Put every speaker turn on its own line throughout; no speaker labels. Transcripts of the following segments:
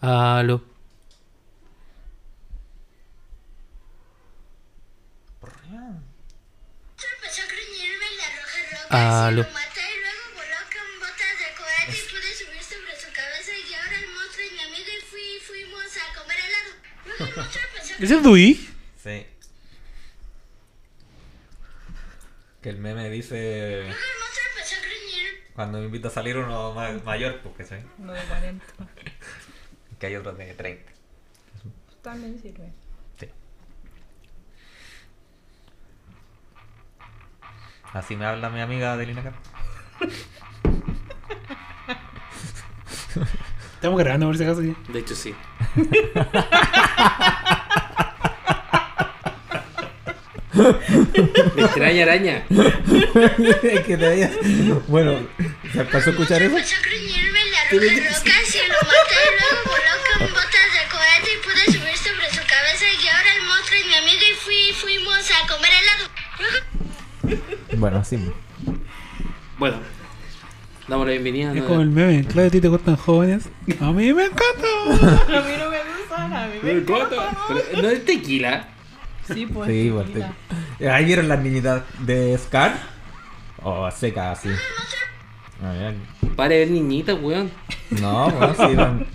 Aló.
Brian.
Empezó a gruñirme la roja roca.
Aló.
así Lo mata y luego voló con botas de cohete y pude subir sobre su cabeza y ahora el monstruo es mi amigo y fui, fuimos a comer helado. Luego el monstruo empezó a
¿Ese es Dui?
Sí. Que el meme dice.
Luego el monstruo empezó a gruñir.
Cuando me invita a salir uno ma- mayor, pues, ¿cachai?
No de Pues 40.
Que hay otros de 30.
También sirve.
Sí. Así me habla mi amiga Adelina Carp.
Estamos grabando por si acaso. ¿sí?
De hecho, sí. Me extraña araña.
Es que te veías. Bueno, ¿se alcanzó a escuchar eso?
Empezó a gruñirme la roja roca. así lo mata y luego voló con botas de cohete y pude subir sobre su cabeza y ahora el monstruo es mi amigo y fui, fuimos a comer helado. Luego
Bueno, sí. pues.
Bueno, damos la bienvenida.
Es
¿no?
como el meme. Claro, a ti te gustan jóvenes. A mí me encanta.
A mí no me gustan, a mí me
Pero, No es tequila.
Sí, pues.
Sí,
Sí,
igual. te- Ahí vieron las niñitas de Scar. O seca, así. A ver.
Para de ver niñita, weón.
No, bueno, sí, eran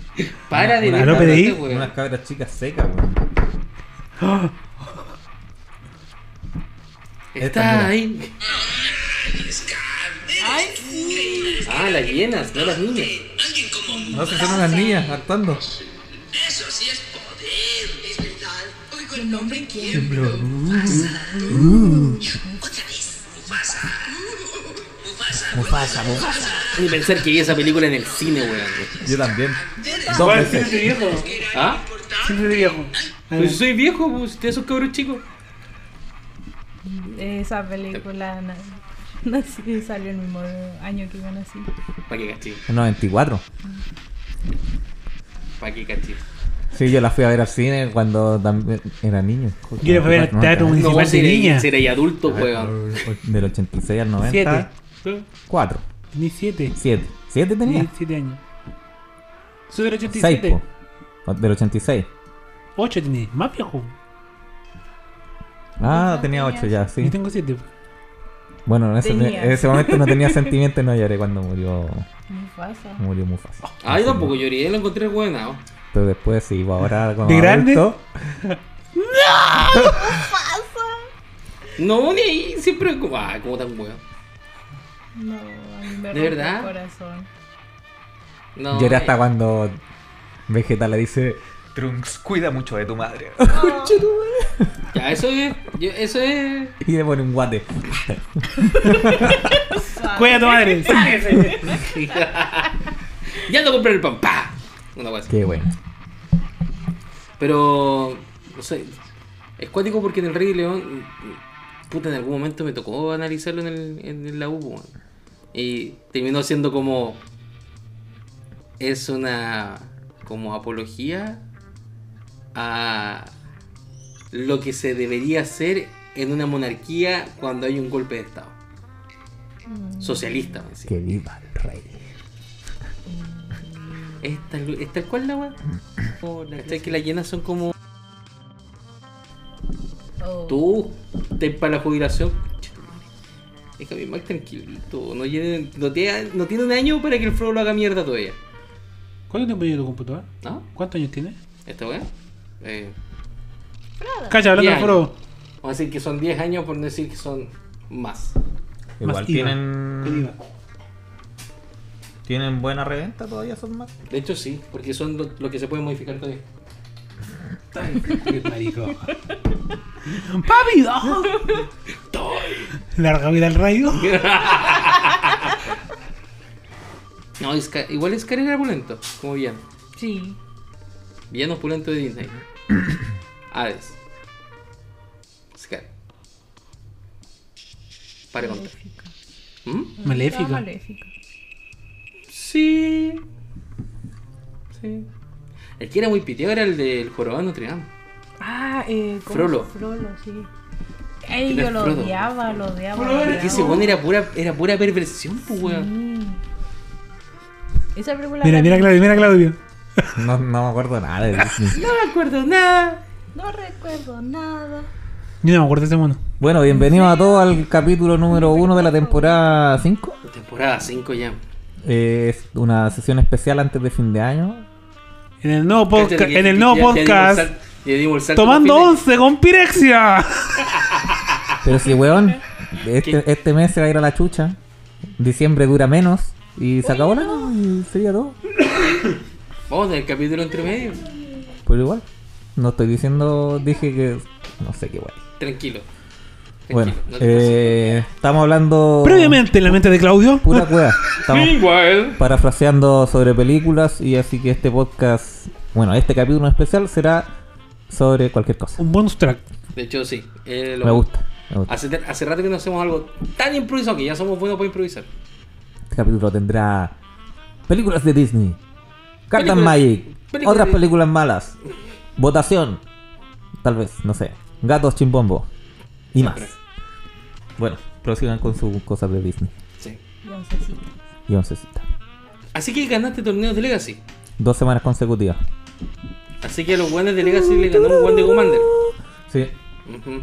Para Ah, de
Una-
ver
una
niñita,
LPDI,
weón.
unas cabras chicas secas, pues. weón.
Está
Esta,
ahí.
Ay, sí.
Ah, las llenas, no las niñas.
No, si son unas niñas actuando.
Ni pensar que vi esa película en el cine, weón.
Yo también. Dos veces.
viejo.
¿Ah?
Siempre de viejo.
Pues soy viejo, pues ustedes son cabros chicos.
Esa película na- nací- salió el mismo año que yo nací.
Pa' que cachis,
En 94.
pa' que cachis.
Sí, yo la fui a ver al cine cuando también era niño.
Yo la fui a ver al teatro municipal.
No,
Principal
si
de niña.
eres, si eres adulto, weón.
Del 86 al 90.
Siete.
4.
Ni siete.
7. 7
Ni
tenía.
siete años. Soy del
6,
87.
po. Del 86.
Ocho tenía. Más viejo.
Ah,
Yo
tenía
tenía
8 ya,
Yo
sí.
tengo siete.
Bueno, en ese,
Tenía.
en ese momento no tenía sentimiento y no lloré cuando murió,
Me pasa.
murió Mufasa.
Ah, yo tampoco lloré, lo encontré weón.
Pero después sí, pues ahora como
¿De grande?
adulto,
No, ni ahí, siempre como, ah, como tan weón.
No, a mí me
¿De
rompe
verdad?
el corazón.
No,
lloré hasta
eh,
cuando Vegeta le dice Trunks, cuida mucho de tu madre.
Ya, eso es, yo- eso es.
y le pone un guate.
Ah,
Cuida tu madre.
ya no compré el pan, pa. Una weá así.
Qué bueno.
Pero, no sé, es cuático porque en el Rey León, mm, puta, en algún momento me tocó analizarlo en, el, en la U, po, weón. Y terminó siendo como. Es una. como apología a lo que se debería hacer en una monarquía cuando hay un golpe de Estado. Socialista, me decía.
Este, Que viva el rey.
Es tal, es tal cual la weá. Como la- ¿cachai? que las llenas son como.
Oh.
Tú, te para la jubilación. Chetumare. Déjame más tranquilito. No, tiene, no, tiene, no tiene un año para que el Frodo lo haga mierda todavía.
¿Cuánto tiempo tiene tu computadora?
¿No?
¿Cuántos años tiene?
¿Esta weá? Eh,
Cacha, hablando
Diez
de foro.
vamos a decir que son 10 años por no decir que son más.
Igual
IVA.
tienen,
Con IVA.
tienen buena reventa todavía, son más.
De hecho, sí, porque son lo, lo que se puede modificar todavía.
Qué marico. ¡Papi! no. Larga vida al rayo.
No, Scar- igual Scar era opulento, como villano.
Sí.
Villano opulento de Disney. Hades. Scar. Para contar.
Maléfica.
¿Mm?
Estaba
Maléfico.
Maléfica.
Sí. Sí. El que era muy piteado era el del jorobado de Notre Dame.
Ah, eh. ¿cómo?
Frollo.
Frollo, sí. Ey,
¿Quién
yo
es
lo
Frodo?
odiaba, lo odiaba. lo
Porque
odiaba.
ese weón era pura, era pura perversión, pues weón.
Mm. Esa película.
Mira,
era-
mira a Claudio, mira a Claudio.
No, no me acuerdo nada de Disney.
No me acuerdo nada.
No recuerdo nada.
Yo no me acuerdo de ese mono.
Bueno, bienvenidos a todos al capítulo número 1 de la temporada 5.
Temporada 5 ya.
es una sesión especial antes de fin de año.
En el nuevo, podca-
Cáchate Este que-
en el
que-
nuevo
ya- ya dimos
podcast.
el sal- ya dimos el salto
tomando
para fin
11 con Pirexia.
Pero si, weón, este, este mes se va a ir a la chucha. Diciembre dura menos. Y se acabó la no, y sería todo.
de- Vamos del capítulo entre medio.
Pero igual, no estoy diciendo, dije que. No sé qué guay.
Tranquilo. Tranquilo,
Bueno,
no te pases.
eh, estamos hablando.
Previamente en la mente de Claudio.
Pura cueva. Estamos
Meanwhile.
parafraseando sobre películas y así que este podcast, bueno, este capítulo en especial será sobre cualquier cosa.
Un bonus track.
De hecho, sí. eh, lo-
Me gusta, me gusta.
Hace, hace rato que no hacemos algo tan improvisado que ya somos buenos para improvisar.
Este capítulo tendrá películas de Disney, Cartas
Películas-
Magic,
películas
otras
de-
películas malas, votación, tal vez, no sé, gatos chimbombo y más.
Siempre.
Bueno, prosigan con sus cosas de Disney
Sí.
Y oncecita.
y oncecita.
Así que ganaste torneos de Legacy.
Dos semanas consecutivas.
Así que a los buenos de Legacy le ganó un buen de Commander.
Sí.
Ujú.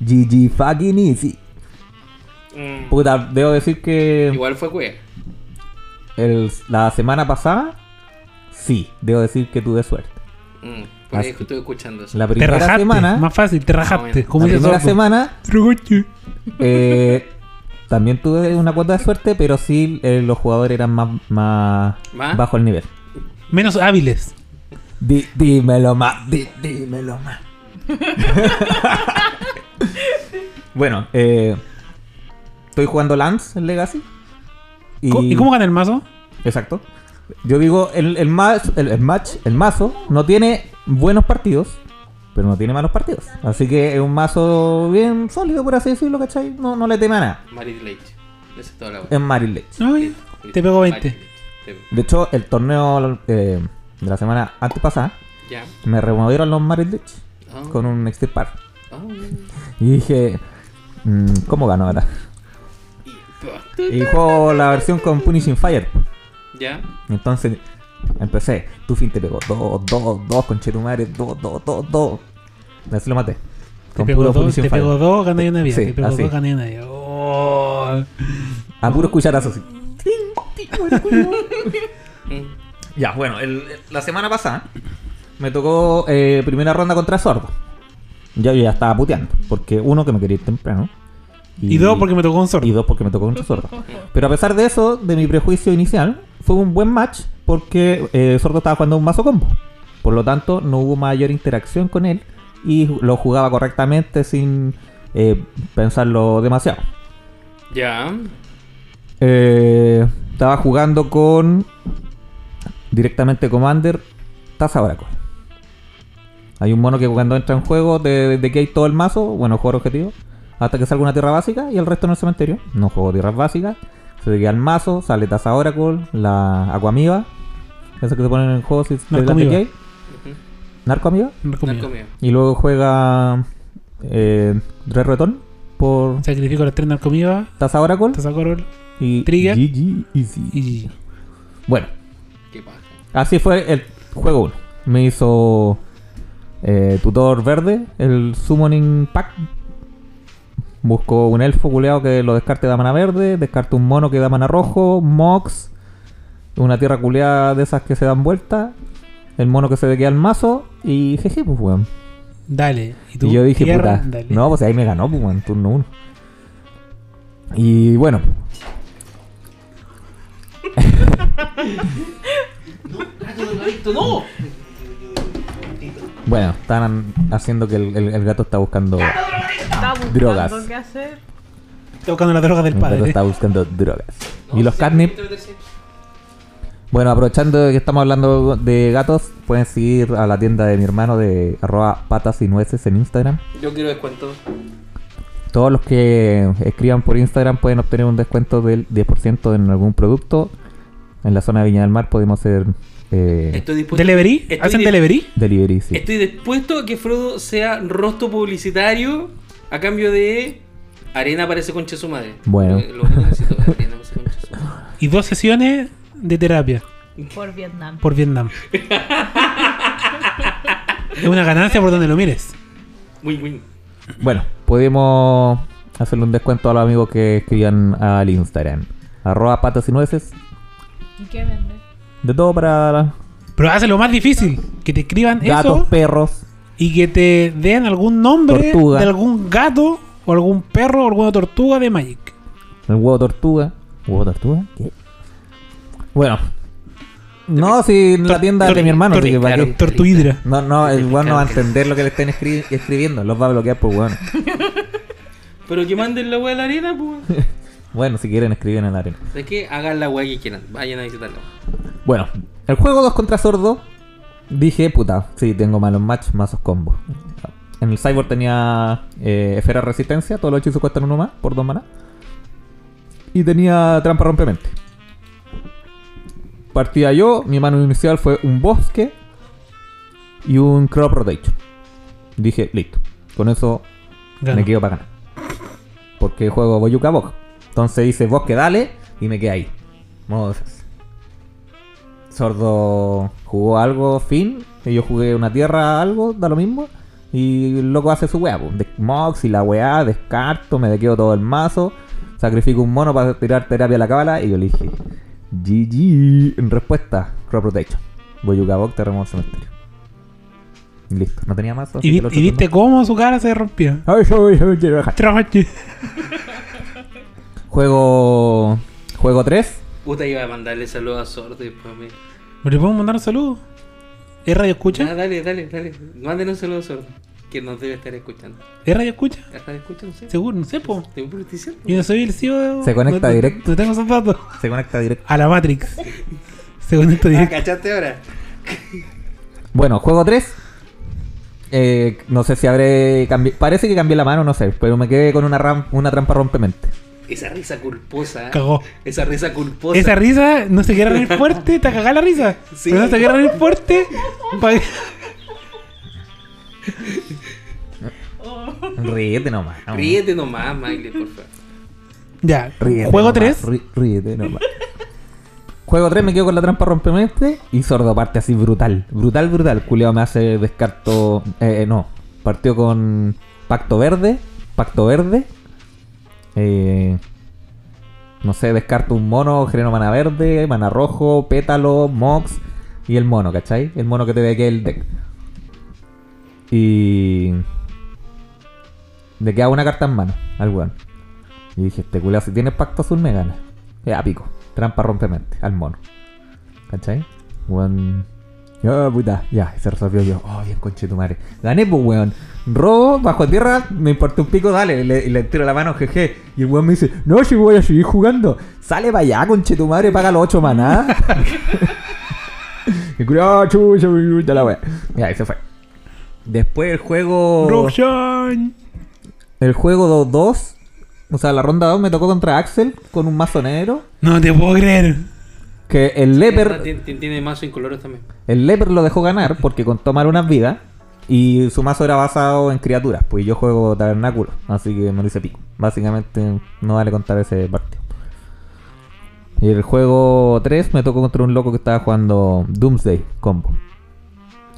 GG fucking easy.
Mm.
Puta, debo decir que...
Igual fue cuea.
El- la semana pasada, sí, debo decir que tuve suerte.
Mm. Por ahí
Así-
estuve escuchando eso.
La
Te
primera
rajaste.
semana,
Más fácil, te rajaste.
Ah, bueno.
Como
la
dice
primera
Sordo.
semana
Trugoche.
eh, también tuve una cuota de suerte, pero sí eh, los jugadores eran más, más
¿Más?
bajo el nivel.
Menos hábiles.
Di- dímelo más, di- dímelo más. bueno, eh, estoy jugando Lance en Legacy.
Co- ¿Y, cómo gana el mazo?
Exacto. Yo digo, el, el, match, el, el match, el mazo, no tiene buenos partidos, pero no tiene malos partidos. Así que es un mazo bien sólido, por así decirlo, ¿cachai? No, no le teme a nada.
Marit Leitch. Esa es toda la
Es Marin Leitch.
Ay, te pegó 20.
Te-
De hecho, el torneo eh, de la semana antepasada
Ya.
me removieron los Marin Leitch
Ah.
con un extirpar.
Ah.
Y dije, mm, ¿cómo gano ahora?
Y-
Y juego la versión con Punishing Fire.
Ya.
Entonces empecé. Tu fin te pegó. Dos, dos, dos, conchetumare. Dos, dos, dos, dos. Así lo maté.
Te
Con
pego
puro
dos,
punishing
te
fire.
pego dos, gané una vida.
Sí,
te pego
así.
dos, gané una vida. Oh.
A puros cucharazos. sí.
Mm.
Ya, bueno, el- el- la semana pasada me tocó eh, primera ronda contra Sordo. Ya yo ya estaba puteando. Porque uno, que me quería ir temprano.
Y dos, porque me tocó un sordo.
Y dos porque me tocó contra Sordo. Pero a pesar de eso, de mi prejuicio inicial, fue un buen match porque eh, Sordo estaba jugando un mazo combo. Por lo tanto, no hubo mayor interacción con él y lo jugaba correctamente sin eh, pensarlo demasiado.
Ya.
Eh, estaba jugando con directamente Commander Taza Oracle. Hay un mono que cuando entra en juego te hay todo el mazo, bueno, jugador objetivo, hasta que salga una tierra básica y el resto en el cementerio. No juego tierras básicas, se te queda el mazo, sale Taza Oracle, la Aquamiba, esa que se ponen en el juego si te
Narcoamiba.
decay.
Ujú.
Narcoamiba.
No comí.
Narco mío.
Y luego juega eh, Red Return por
Sacrifico las tres narcomivas.
Taza Oracle
Te saco el
y
Trigger.
GG Easy.
y.
Bueno,
Qué paja.
Así fue el juego 1. Me hizo eh, Tutor Verde, el Summoning Pack. Busco un elfo culeado que lo descarte da mana verde, descarto un mono que da mana rojo, Mox, una tierra culeada de esas que se dan vuelta, el mono que se te queda el mazo y jeje, pues weón.
Dale. Y, tú,
Y yo dije,
tierra,
puta,
dale.
no, pues ahí me ganó, pues weón, turno 1. Y bueno,
¡No!
bueno, están haciendo que el, el- el gato está buscando...
Está buscando
Drogas.
qué hacer.
Está buscando la droga del
El gato
padre.
está buscando drogas. y los catnip, bueno, aprovechando de que estamos hablando de gatos, pueden seguir a la tienda de mi hermano de arroba patas y nueces en Instagram.
Yo quiero descuento.
Todos los que escriban por Instagram pueden obtener un descuento del 10% en algún producto. En la zona de Viña del Mar podemos hacer eh,
Estoy dispuesto.
¿Delivery?
Estoy
¿Hacen
di-
delivery?
delivery, sí.
Estoy dispuesto a que Frodo sea rostro publicitario a cambio de. Arena parece concha de su madre.
Bueno.
Lo que necesito, arena parece concha de su madre.
Y dos sesiones de terapia.
por Vietnam.
por Vietnam. es una ganancia por donde lo mires.
Win, win.
Bueno, podemos hacerle un descuento a los amigos que escriban al Instagram. Arroba patas y nueces.
¿Y qué vende?
De todo para
Pero hace lo más difícil, que te escriban
gatos,
eso
perros.
y que te den algún nombre
Tortuga.
de algún gato o algún perro o alguna tortuga de Magic.
El huevo tortuga. ¿Huevo tortuga? ¿Qué? Bueno. No, si en la tienda de mi hermano. así que para
claro,
qué.
tortuhidra.
No, no, el weón no va a entender lo que le estén escri- escribiendo. Los va a bloquear pues, por weón.
Pero que manden la weá a la arena, pues.
Bueno, si quieren, escriben en la arena.
¿Sabes qué? Hagan la weá que quieran. Vayan a visitarla.
Bueno, el juego 2 contra sordo. Dije, puta, sí, tengo malos match, mazos combo. En el Cyborg tenía eh, esfera de resistencia, todos los hechizos cuestan uno más por dos maná. Y tenía trampa rompemente. Partía yo, mi mano inicial fue un bosque y un crop rotation. Dije, listo, con eso
Gano.
me quedo para ganar. Porque juego Boyuca Bog. Entonces hice Bosque Dale y me quedé ahí. Modo defensa. Sordo jugó algo fin. Y yo jugué una tierra algo, da lo mismo. Y el loco hace su weá. pues, de- Mox y la weá, descarto, me quedo todo el mazo. Sacrifico un mono para tirar terapia a la cábala. Y yo le dije, GG. En respuesta, Crop Protection. Boyuca Bog, terremoto cementerio. Y Listo, no tenía mazo. así
Y,
que
vi-
el otro
y viste
turno-
cómo su cara se rompía.
Ay, ay, ay, ay, ay.
Trabache.
Juego. Juego 3.
Puta, iba a mandarle saludos a Sordo y después me...
¿Le podemos mandar un saludo? ¿Es radio
Ya,
escucha?
Ah, dale, dale, dale. Manden un saludo a Sordo. Que nos debe estar escuchando.
¿Es radio escucha?
¿Estás escuchando? Sí.
Seguro, no sé, po.
¿Te voy publicitando?
Yo no soy el CEO.
Se conecta
no- no-
directo.
No tengo esos datos.
Se conecta directo.
A la Matrix. Se conecta
Ah,
directo.
¿cachaste ahora?
Bueno, juego 3. Eh, no sé si habré. cambi- Parece que cambié la mano, no sé. Pero me quedé con una, ram- una trampa rompemente.
Esa risa culposa. ¿eh?
Cagó.
Esa risa culposa.
Esa risa no se quiere reír fuerte, te cagá la risa.
Sí.
Pero no se quiere reír fuerte. pa-
Ríete nomás. no.
Ríete nomás, Maile, por favor.
Ya.
Ríete
Juego
nomás,
3.
rí- ríete nomás. Juego 3, me quedo con la trampa rompemente. Y sordo parte así brutal. Brutal, brutal. Culeado me hace descarto. Eh, eh, no. Partió con. Pacto verde. Pacto verde. Eh, no sé, descarto un mono, genero mana verde, mana rojo, pétalo, mox y el mono, ¿cachai? El mono que te ve que el deck. Y. Le queda una carta en mano al weón. Y dije, este culiao, si tiene pacto azul me gana. Ya pico. Trampa rompemente al mono. ¿Cachai? Weón. Ya, puta. Ya, se resolvió yo. Oh, bien, conche tu madre. Gané, pues, weón. Robo, bajo tierra, me importa un pico, dale. Y le, y le tiro la mano, jeje. Y el weón me dice, no, si voy a seguir jugando. Sale para allá, conche tu madre, paga los ocho maná. y culiao, "Ah, chucha, chucha, la wea. Ya, y se fue. Después el juego.
Corruption.
El juego 2-2, o sea, la ronda 2 me tocó contra Axel con un mazo negro.
No te puedo creer.
Que el
Ah,
Leper,
Tiene, tiene- tiene mazo incoloro también.
el Leper lo dejó ganar porque contó mal unas vidas. Y su mazo era basado en criaturas, pues yo juego tabernáculo, así que me lo hice pico. Básicamente no vale contar ese partido. Y el juego 3 me tocó contra un loco que estaba jugando Doomsday Combo.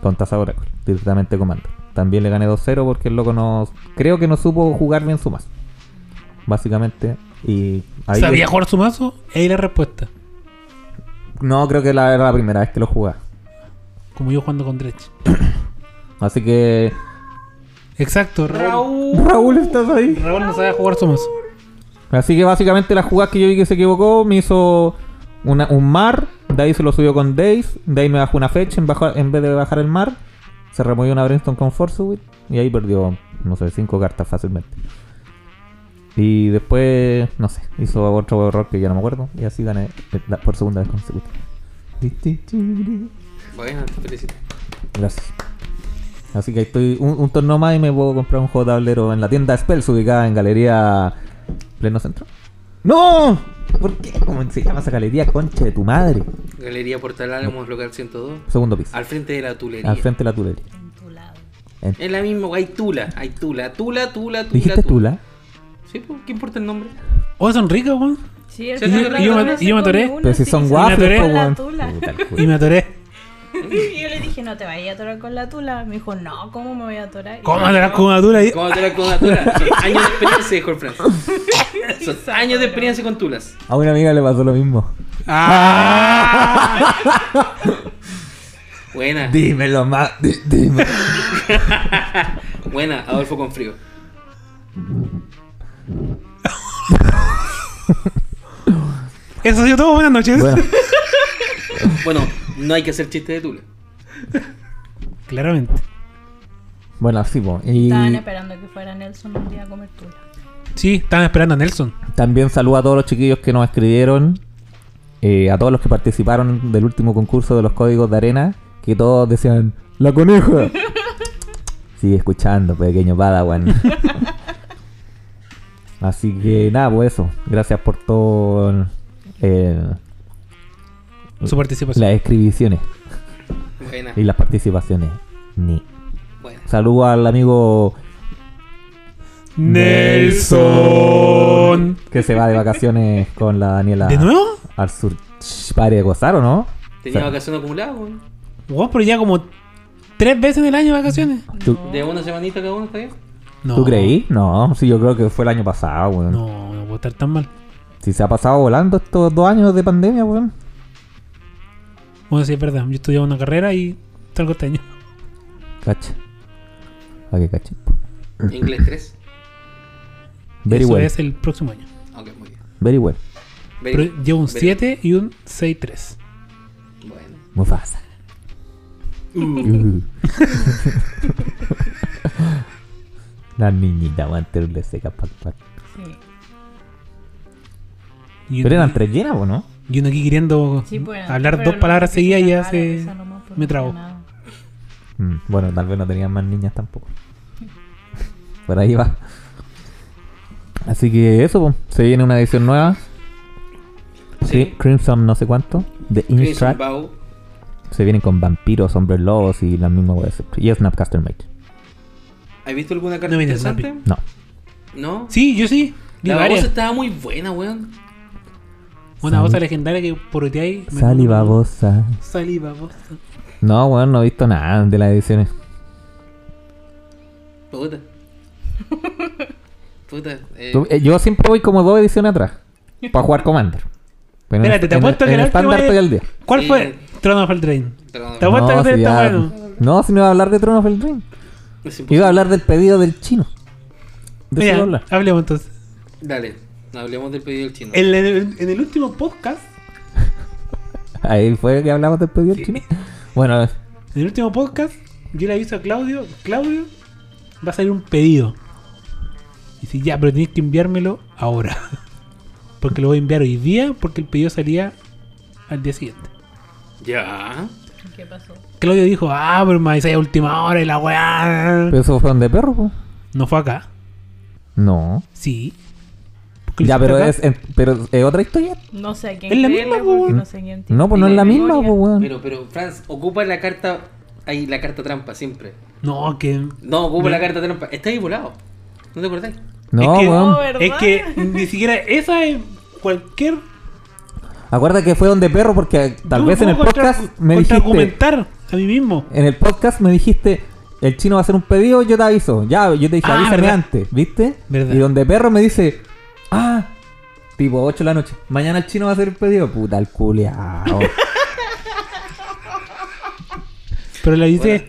Con Taza Oracle, directamente comando. También le gané 2-0 porque el loco no... Creo que no supo jugar bien su mazo. Básicamente. Y ahí
¿Sabía
le-
jugar su mazo? Ahí la respuesta.
No, creo que la, era la primera vez que lo jugaba.
Como yo jugando con Dredge.
Así que...
Exacto, Raúl.
Raúl, ¿estás ahí?
Raúl no sabía jugar su mazo.
Así que básicamente las jugadas que yo vi que se equivocó me hizo una- un mar, de ahí se lo subió con Days, de ahí me bajó una fecha en, bajo- en vez de bajar el mar, se removió una Brenston con Forsewit y ahí perdió, no sé, cinco cartas fácilmente. Y después, no sé, hizo otro error que ya no me acuerdo y así gané eh, la- por segunda vez consecutiva.
Bueno, te felicito.
Gracias. Así que ahí estoy un, un torneo más y me puedo comprar un juego de tablero en la tienda Spells ubicada en Galería Pleno Centro. ¡No! ¿Por qué? ¿Cómo se llama esa galería, concha de tu madre?
Galería Portal Álamos, local 102.
Segundo piso. Al,
Al frente de la tulería.
frente de la tulería.
En tu lado.
En-
Es la misma, hay tula, hay tula, tula, tula, tula.
¿Dijiste Tula?
Sí, pues, ¿qué importa el nombre?
Oh, son ricas, weón.
Sí, el
Sí, yo-
Fernando
yo me-
no se
yo me atoré.
comió uno,
Pero si
sí,
son
se
waffles,
comió
atoré.
po,
con la
weón.
tula.
Puta, el
Y
culo.
me atoré.
Y yo le dije, no te vayas a atorar con la tula. Me dijo, no, ¿cómo me voy a atorar? Y
¿Cómo atorás con una tula? Y-
¿Cómo te la con la tula? Son años de experiencia, dijo el Fran. Son años de experiencia con tulas.
A una amiga le pasó lo mismo.
¡Ah!
Buena,
Dímelo más. Dime.
buena, Adolfo con frío.
Eso ha sido todo. Buenas noches.
Bueno,
Bueno, no hay que hacer chiste de tula.
Claramente.
bueno, sí, po. Y
Estaban esperando que fuera Nelson un día a comer tula.
Sí, estaban esperando a Nelson.
también saludo a todos los chiquillos que nos escribieron, eh, a todos los que participaron del último concurso de los códigos de arena, que todos decían, ¡La coneja! Sigue escuchando, pequeño Padawan. Así que nada, pues eso. Gracias por todo eh,
Su participación.
las escribiciones
Buena,
y las participaciones. Ni.
buena.
Saludo al amigo
Nelson.
que se va de vacaciones con la Daniela
¿De nuevo?
al sur. Ch, Pare de gozar o no?
Tenía
O sea,
vacaciones acumuladas, weón.
Wow, pero ya como tres veces en el año de vacaciones.
¿Tú,
De una semanita cada uno, ¿está bien?
No.
¿tú creí? No, sí, yo creo que fue el año pasado, weón.
No, no puedo estar tan mal.
Si se ha pasado volando estos dos años de pandemia, weón.
Bueno, sí, es verdad. Yo estudiaba una carrera y salgo este año.
Cacha. A que cacha.
Inglés 3.
Very
Eso
well.
es el próximo año.
Ok, muy bien.
Very well.
Very-
Pero llevo un
very-
7 y un 6-3.
Bueno.
Mufasa. la niñita, weón, terrible seca, pac, pac.
Sí.
Y
Pero
uno,
eran tres llenas, ¿o no?
y uno aquí queriendo
Sí, bueno,
hablar
pero
dos
lo
palabras
repito
seguidas y
una
ya
mala,
se...
esa nomás, pues,
me
no
trago.
pasa nada.
Mm, bueno, tal vez no tenían más niñas tampoco. Por ahí va. Así que eso, po. se viene una edición nueva.
Sí.
Cri- Crimson no sé cuánto. De
Crimson
Instrad.
Bow.
Se vienen con vampiros, hombres lobos y las mismas weas. Y Snapcaster Mage.
¿Has visto alguna carta
No viene
interesante?
No.
No.
Sí, yo sí. Vi
La
varias.
voz estaba muy buena, weón.
Una
Sal-
voz legendaria que por ti ahí... me-
Saliva babosa.
Saliva, babosa.
No, weón, no he visto nada de las ediciones.
Puta. Puta. eh,
Tú- eh, yo siempre voy como dos ediciones atrás. Para jugar Commander. Pero en-
Espérate, te
en-
apuesto que
en
la última
estándar
vez-
estoy al día.
¿Cuál
Sí.
fue? Throne of Eldraine.
Dragon
Te apuesto que
si
está
ya-
bueno.
no, si me va a hablar de Throne of Eldraine.
Ball. Es
Iba
imposible.
a hablar del pedido del chino. De eso iba a
Mira,
hablar.
hablemos entonces.
Dale, hablemos del pedido del chino.
En, el- en el último podcast,
Ahí fue que hablamos del pedido del chino. Bueno,
en el último podcast, yo le aviso a Claudio, Claudio, va a salir un pedido. Y dice, ya, pero tenés que enviármelo ahora. Porque lo voy a enviar hoy día, porque el pedido salía al día siguiente.
Ya.
¿Qué pasó?
Claudio dijo, ah, pero me avisáis a última hora y la weá.
pero eso fue donde perro, po.
No fue acá.
No.
Sí. Porque lo
Ya,
hiciste
pero
acá.
es, en- pero es otra historia.
No sé a quién
Es la
creerle
misma,
porque
weón.
no sé quién tiene
No, pues no es la misma, po,
memoria.
weón.
Pero, pero, Franz, ocupa la carta. Ahí, la carta trampa, siempre.
No, que...
No, ocupa
No.
la carta trampa. Está ahí volado. ¿No te acordás?
No,
es que,
weón.
No, ¿verdad?
Es que ni siquiera esa es cualquier...
Acuerda que fue donde perro porque tal
Yo
vez en el
puedo contra-
podcast me dijiste.
contraargumentar a mí mismo.
En el podcast me dijiste. El chino va a hacer un pedido, yo te aviso. Ya, yo te dije,
Ah,
avísame
verdad.
antes, ¿viste?
Verdad.
Y donde perro me dice, ah, tipo 8 de la noche, mañana el chino va a hacer el pedido. Puta, el culiao.
Pero le dice...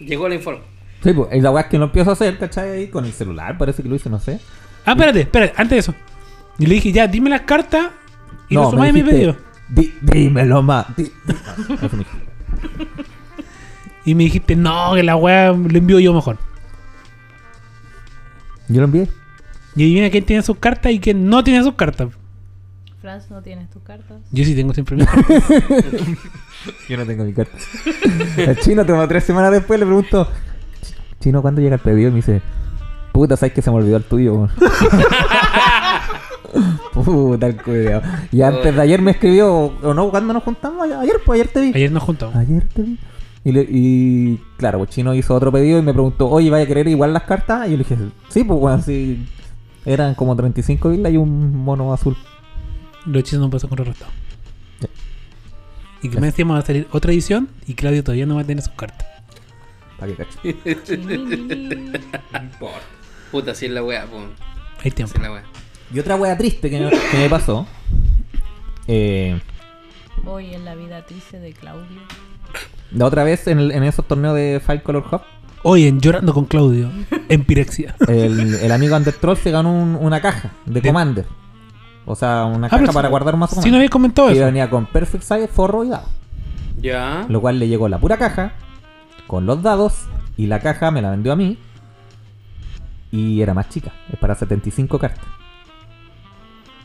Llegó la informe.
Sí, pues, y la weá es que lo empiezo a hacer, ¿cachai? Ahí con el celular, parece que lo hice, no sé.
Ah, espérate, espérate, antes de eso. Y le dije, ya, dime las cartas y
no,
lo sumáis a
me
mi pedido.
dijiste, "Di- dímelo más. di- di-". Eso me dijiste.
Y me dijiste, no, que la weá lo envío yo mejor.
Yo lo envié.
Y adivina quién tiene sus cartas y quién no tiene sus cartas.
Franz, ¿no tienes tus cartas?
Yo sí tengo siempre mis cartas.
Yo no tengo mi carta. el chino, como tres semanas después, le pregunto, Chino, ¿cuándo llega el pedido? Y me dice, puta, sabes que se me olvidó el tuyo, weón". Puta, el cuidado. Y antes de ayer me escribió, o no, ¿cuándo nos juntamos? Ayer, pues ayer te vi.
Ayer nos juntamos.
Ayer te vi. Y, le- y, claro, pues Chino hizo otro pedido y me preguntó, oye, ¿vaya a querer igual las cartas? Y yo le dije, sí, pues bueno, sí. Eran como 35 islas y un mono azul
los hechizos no pasan contrarrestados.
Ya.
Y que me encima va a salir otra edición y Claudio todavía no va a tener sus cartas.
Para que cache.
Puta, si es la weá, pum.
Hay
Si
tiempo.
es la weá.
Y otra wea triste que me, que me pasó. Eh,
Hoy en la vida triste de Claudio.
la otra vez en, el- en esos torneos de Five Color Hub,
Hoy en Llorando con Claudio, en Pirexia.
el, el amigo Undertroll se ganó un- una caja de
De-
Commander. O sea, una
Ah,
caja
pero
para
si-
guardar más
Si no había comentado
Y
eso.
venía con Perfect Size, forro y dado.
Ya.
Lo cual le llegó la pura caja, con los dados, y la caja me la vendió a mí. Y era más chica, es para 75 cartas.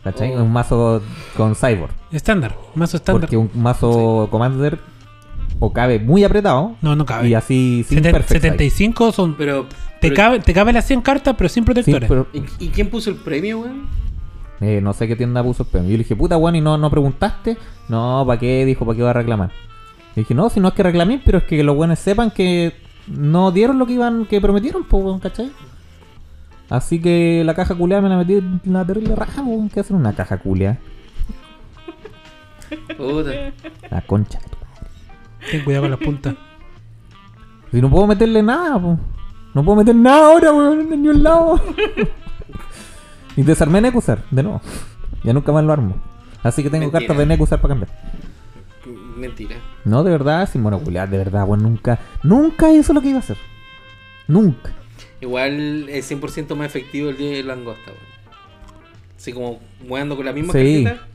¿Cachai?
Oh.
Un mazo con cyborg.
Estándar, mazo estándar.
Porque un mazo commander o cabe muy apretado
No, no cabe.
y así sin
Seten-
perfect size.
75 son. eh,
Pero.
te,
pero-
cabe, te cabe las 100 cartas, pero sin
Sí,
protectores.
pero,
¿Y, y quién puso el premio, weón?
eh, no sé qué tienda puso el premio. Yo le dije, puta, weón, y no, no preguntaste. No, ¿para qué? Dijo, ¿para qué va a reclamar? Le dije, no, si no es que reclamé, pero es que los buenos sepan que no dieron lo que iban, que prometieron, pues, weón, ¿cachai? Así que la caja culea me la metí en la terrible raja, weón. ¿Qué hacer una caja culea?
Puta.
La concha. de tu madre.
Ten cuidado con las puntas.
Si no puedo meterle nada, po. No puedo meter nada ahora, weón, en ningún lado. y desarmé Nekusar, de nuevo. Ya nunca más lo armo. Así que tengo
Mentira.
cartas de Nekusar para cambiar.
Mentira.
No, de verdad, sin monocular, de verdad, weón, nunca. Nunca hizo lo que iba a hacer. Nunca.
Igual es 100% más efectivo el día de langosta, weón. Así como jugando con la misma
Sí.
cartita,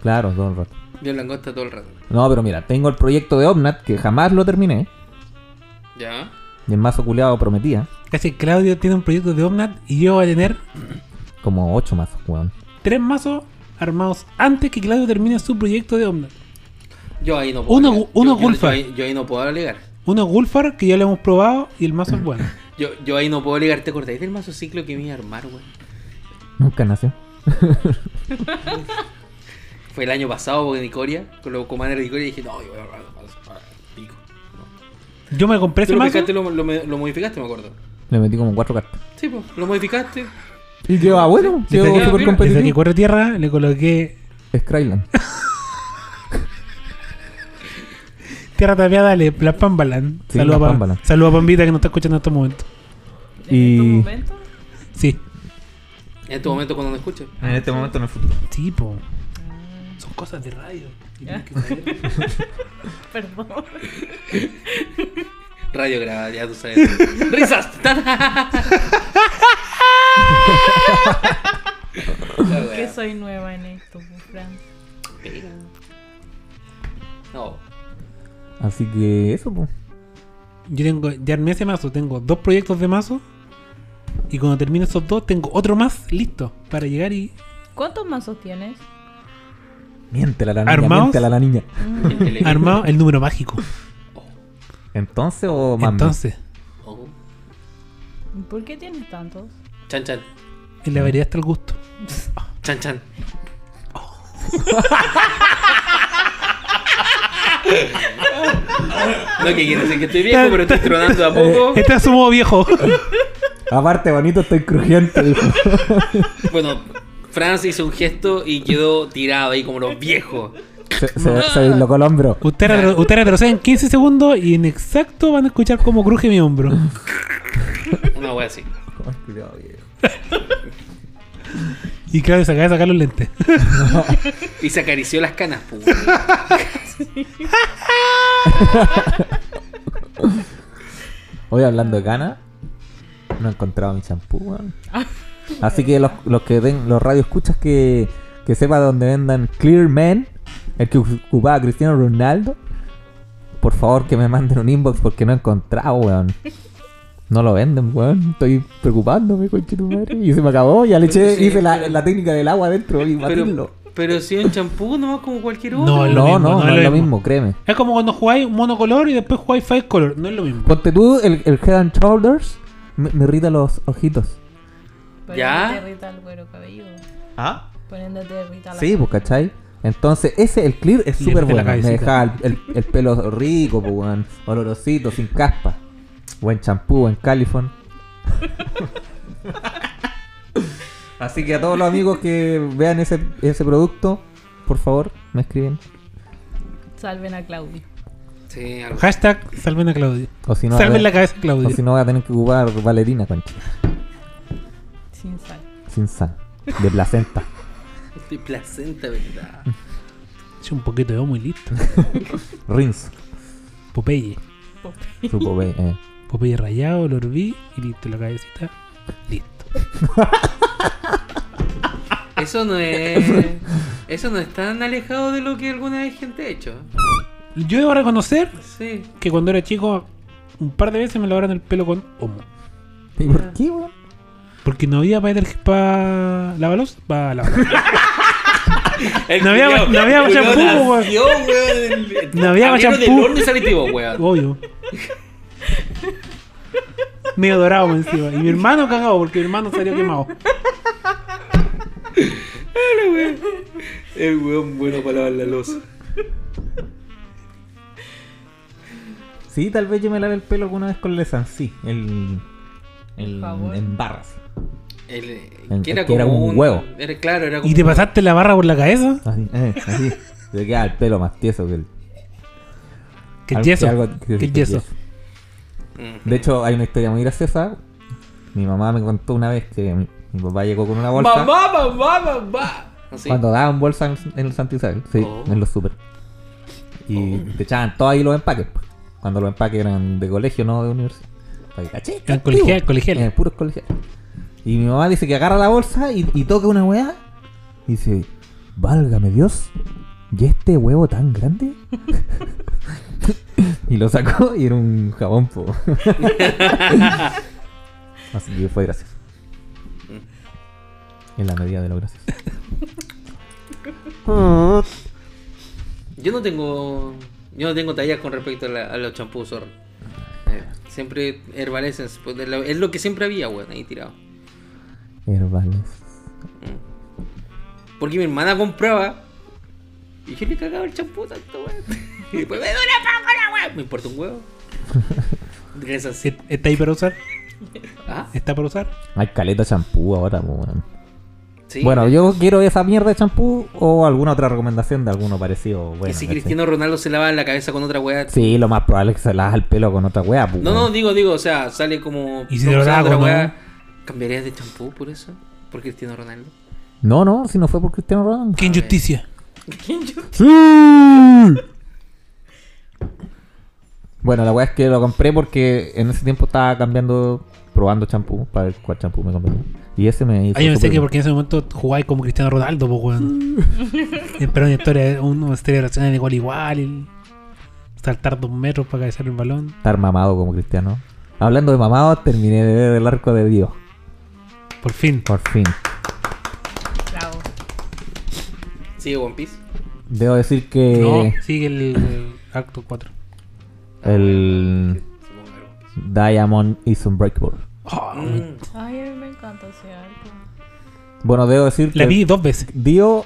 Claro, todo el rato.
yo langosta todo el rato.
No, pero mira, tengo el proyecto de Omnat que jamás lo terminé.
Ya.
Y el mazo culeado prometía.
Casi Claudio tiene un proyecto de Omnat y yo voy a tener
Como ocho mazos, weón.
tres mazos armados antes que Claudio termine su proyecto de Omnat.
Yo ahí no puedo.
Uno
alegar.
gu- uno
Yo- yo- yo
Gulfa.
ahí- yo ahí no puedo alegar.
Uno Gulfar que ya lo hemos probado y el mazo es bueno.
Yo, yo ahí no puedo ligar, ¿te acordáis del mazo ciclo que me iba a armar, weón?
Nunca nació.
Fue el año pasado porque en Icoria, con los comandos de Icoria, dije, no, yo voy a armar un mazo, ah, pico.
Yo me compré ese
Tú lo,
mazo.
pescaste, lo, lo, lo modificaste, me acuerdo.
Le metí como cuatro cartas.
Sí, pues, lo modificaste.
Y quedó ah, bueno,
Desde
quedó
que-
súper
Desde que
competitivo.
corre tierra le coloqué
Skyland.
tierra tapiada, le la Pambalan.
Sí,
Saludos
la
a, Pam-
Pambalan.
saludo a Pambita que nos está escuchando en estos momentos.
¿En
Y-
estos momentos?
Sí.
En este momento cuando no escuches.
En este momento en el futuro.
Sí, po. Son cosas de radio. Y tienes que saber.
Perdón.
Radio grabada, ya tú sabes. ¡Risas! La wea.
que soy nueva en esto, pues, Fran.
No.
Así que eso, pues.
Yo tengo, ya armé ese mazo, tengo dos proyectos de mazo. Y cuando termine esos dos, tengo otro más listo para llegar y.
¿Cuántos mazos tienes?
Miéntela a la niña,
¿Armados?
miéntela a la niña.
el teléfono.
Armado el número mágico.
¿Entonces o más
Entonces,
Oh.
¿Y ¿Por qué tienes tantos?
Chan chan.
en la variedad está el gusto.
Chan chan. Oh. No, que quiere decir que estoy viejo, pero estoy tronando de a poco.
Este es su modo viejo.
Aparte, bonito, estoy crujiente. dijo.
Bueno, Franz hizo un gesto y quedó tirado ahí como los viejos.
se, se, se dislocó el hombro.
Usted retro- usted retrocede en 15 segundos y en exacto van a escuchar cómo cruje mi hombro.
Una wea así.
Y claro, se acaba de sacar los lentes.
Y se acarició las canas, pum.
Hoy hablando de cana, no he encontrado mi champú, weón. Así que los, los que den, los radio escuchas que, que sepa dónde vendan Clear Man, el que ocupaba Cristiano Ronaldo, por favor que me manden un inbox porque no he encontrado, weón. No lo venden, weón. Estoy preocupándome, coche tu madre. Y se me acabó, ya le eché,
Sí,
hice la,
pero-
la técnica del agua adentro y batirlo.
Pero, pero si es un champú nomás como cualquier otro.
No, es lo
no,
mismo,
no, no, es lo mismo, créeme.
Es como cuando jugáis monocolor y después jugáis five color. No es lo mismo.
Ponte tú el, el Head and Shoulders, me, me irrita los ojitos.
Poniéndote
¿Ya?
Rita al cuero cabelludo.
¿Ah?
Poniéndote Rita a la-
Sí, pues, ¿cachai? Entonces, ese, el clear es
Y
súper
desde este la
bueno. Me
cabecita.
dejaba el, el- el pelo rico, pues, weón. Olorosito, sin caspa. Buen champú, buen califón. Así que a todos los amigos que vean ese, ese producto, por favor, me escriben.
Salven a Claudio.
Sí, algo.
Hashtag salven a Claudio.
O si no,
salven la cabeza a Claudio.
o si no voy a tener que ocupar valerina, concha.
Sin sal.
Sin sal. De placenta.
Estoy placenta, ¿verdad?
Echa un poquito de homo y listo.
Rins.
Popeye.
Supo, ve, eh.
Popeye rayado, lo herví y listo, la cabecita. Listo.
Eso no es. Eso no es tan alejado de lo que alguna vez gente ha hecho.
Yo debo reconocer
Sí.
que cuando era chico, un par de veces me lavaron el pelo con homo.
¿Y por qué, weón?
Porque no había para pa lavalos, para lavarlos.
El
No había-
culiao-
no había
culiao
champú, weón.
nació, weón.
No había
Abrieron
champú.
el horno y saliste vos, weón.
Obvio. Medio dorado más encima. Y mi hermano cagado porque mi hermano salió quemado.
El weón bueno para lavar la losa.
Sí, tal vez yo me lave el pelo alguna vez con lesancí. El. el
favor.
en barras.
El, eh,
El-
que era
que
como
era un huevo.
Era, claro, era como
¿Y te pasaste la barra por la cabeza?
Así, eh, así. Se queda el pelo más tieso que el.
Que el
algo-
yeso.
algo-
Que el yeso.
Mm.
De hecho, hay una historia muy graciosa. Mi mamá me contó una vez que mi, mi papá llegó con una bolsa.
Mamá, mamá, mamá. Así.
Cuando daban bolsa en, en el Santa Isabel, sí,
Oh.
en los super. Y te echaban todos ahí los empaques. pues. Cuando los empaques eran de colegio, no de universidad. Para que caché,
Eran
antiguo.
colegial- colegiales.
Eran puros colegiales. Y mi mamá dice que agarra la bolsa y, y toca una weá. Y dice, válgame Dios, ¿y este huevo tan grande? y lo sacó y era un jabón, po. Así que fue gracioso. En la medida de lo gracioso.
Yo no tengo. Yo no tengo tallas con respecto a, la- a los champús, zorra. Eh, siempre herbalescence. pues, de la- es lo que siempre había, weón, ahí tirado.
Herbales.
Porque mi hermana compraba. Y yo le cagaba el champú tanto, weón. Y después me duele poco la weón. Me importa un huevo. Gracias.
¿E- ¿Está ahí para usar?
Ah,
¿Está para usar?
Hay caleta de champú ahora, po, weón.
sí. eh,
Bueno, yo quiero esa mierda de champú o alguna otra recomendación de alguno parecido.
Que
Bueno,
si
¿cachai?
Cristiano Ronaldo se lava la cabeza con otra weá.
Sí, lo más probable es que se lajas el pelo con otra wea, po,
No, no,
weón.
digo, digo, o sea, sale como.
Y si lo
usando
hago,
otra
¿no?
¿Cambiarías de champú por eso? ¿Por Cristiano Ronaldo?
no, no, si no fue por Cristiano Ronaldo.
¡Qué injusticia!
¡Sí! Bueno, la wea es que lo compré porque en ese tiempo estaba cambiando, probando champú para ver cuál champú me compré. Y ese me hizo.
Ah, yo pensé
súper
que
bien.
porque en ese momento jugabais como Cristiano Ronaldo, pues weón. Pero una historia, una celebración igual igual. y saltar dos metros para cabecear el balón.
Estar mamado como Cristiano. Hablando de mamados, terminé de ver el arco de Dios.
Por fin.
Por fin.
Bravo.
¿Sigue One Piece?
Debo decir que.
No, sigue el, el acto 4.
El Diamond is Unbreakable. Oh.
Mm.
Ay, a mí me encanta ese arco.
Bueno, debo decir
La
que
vi dos veces.
Dio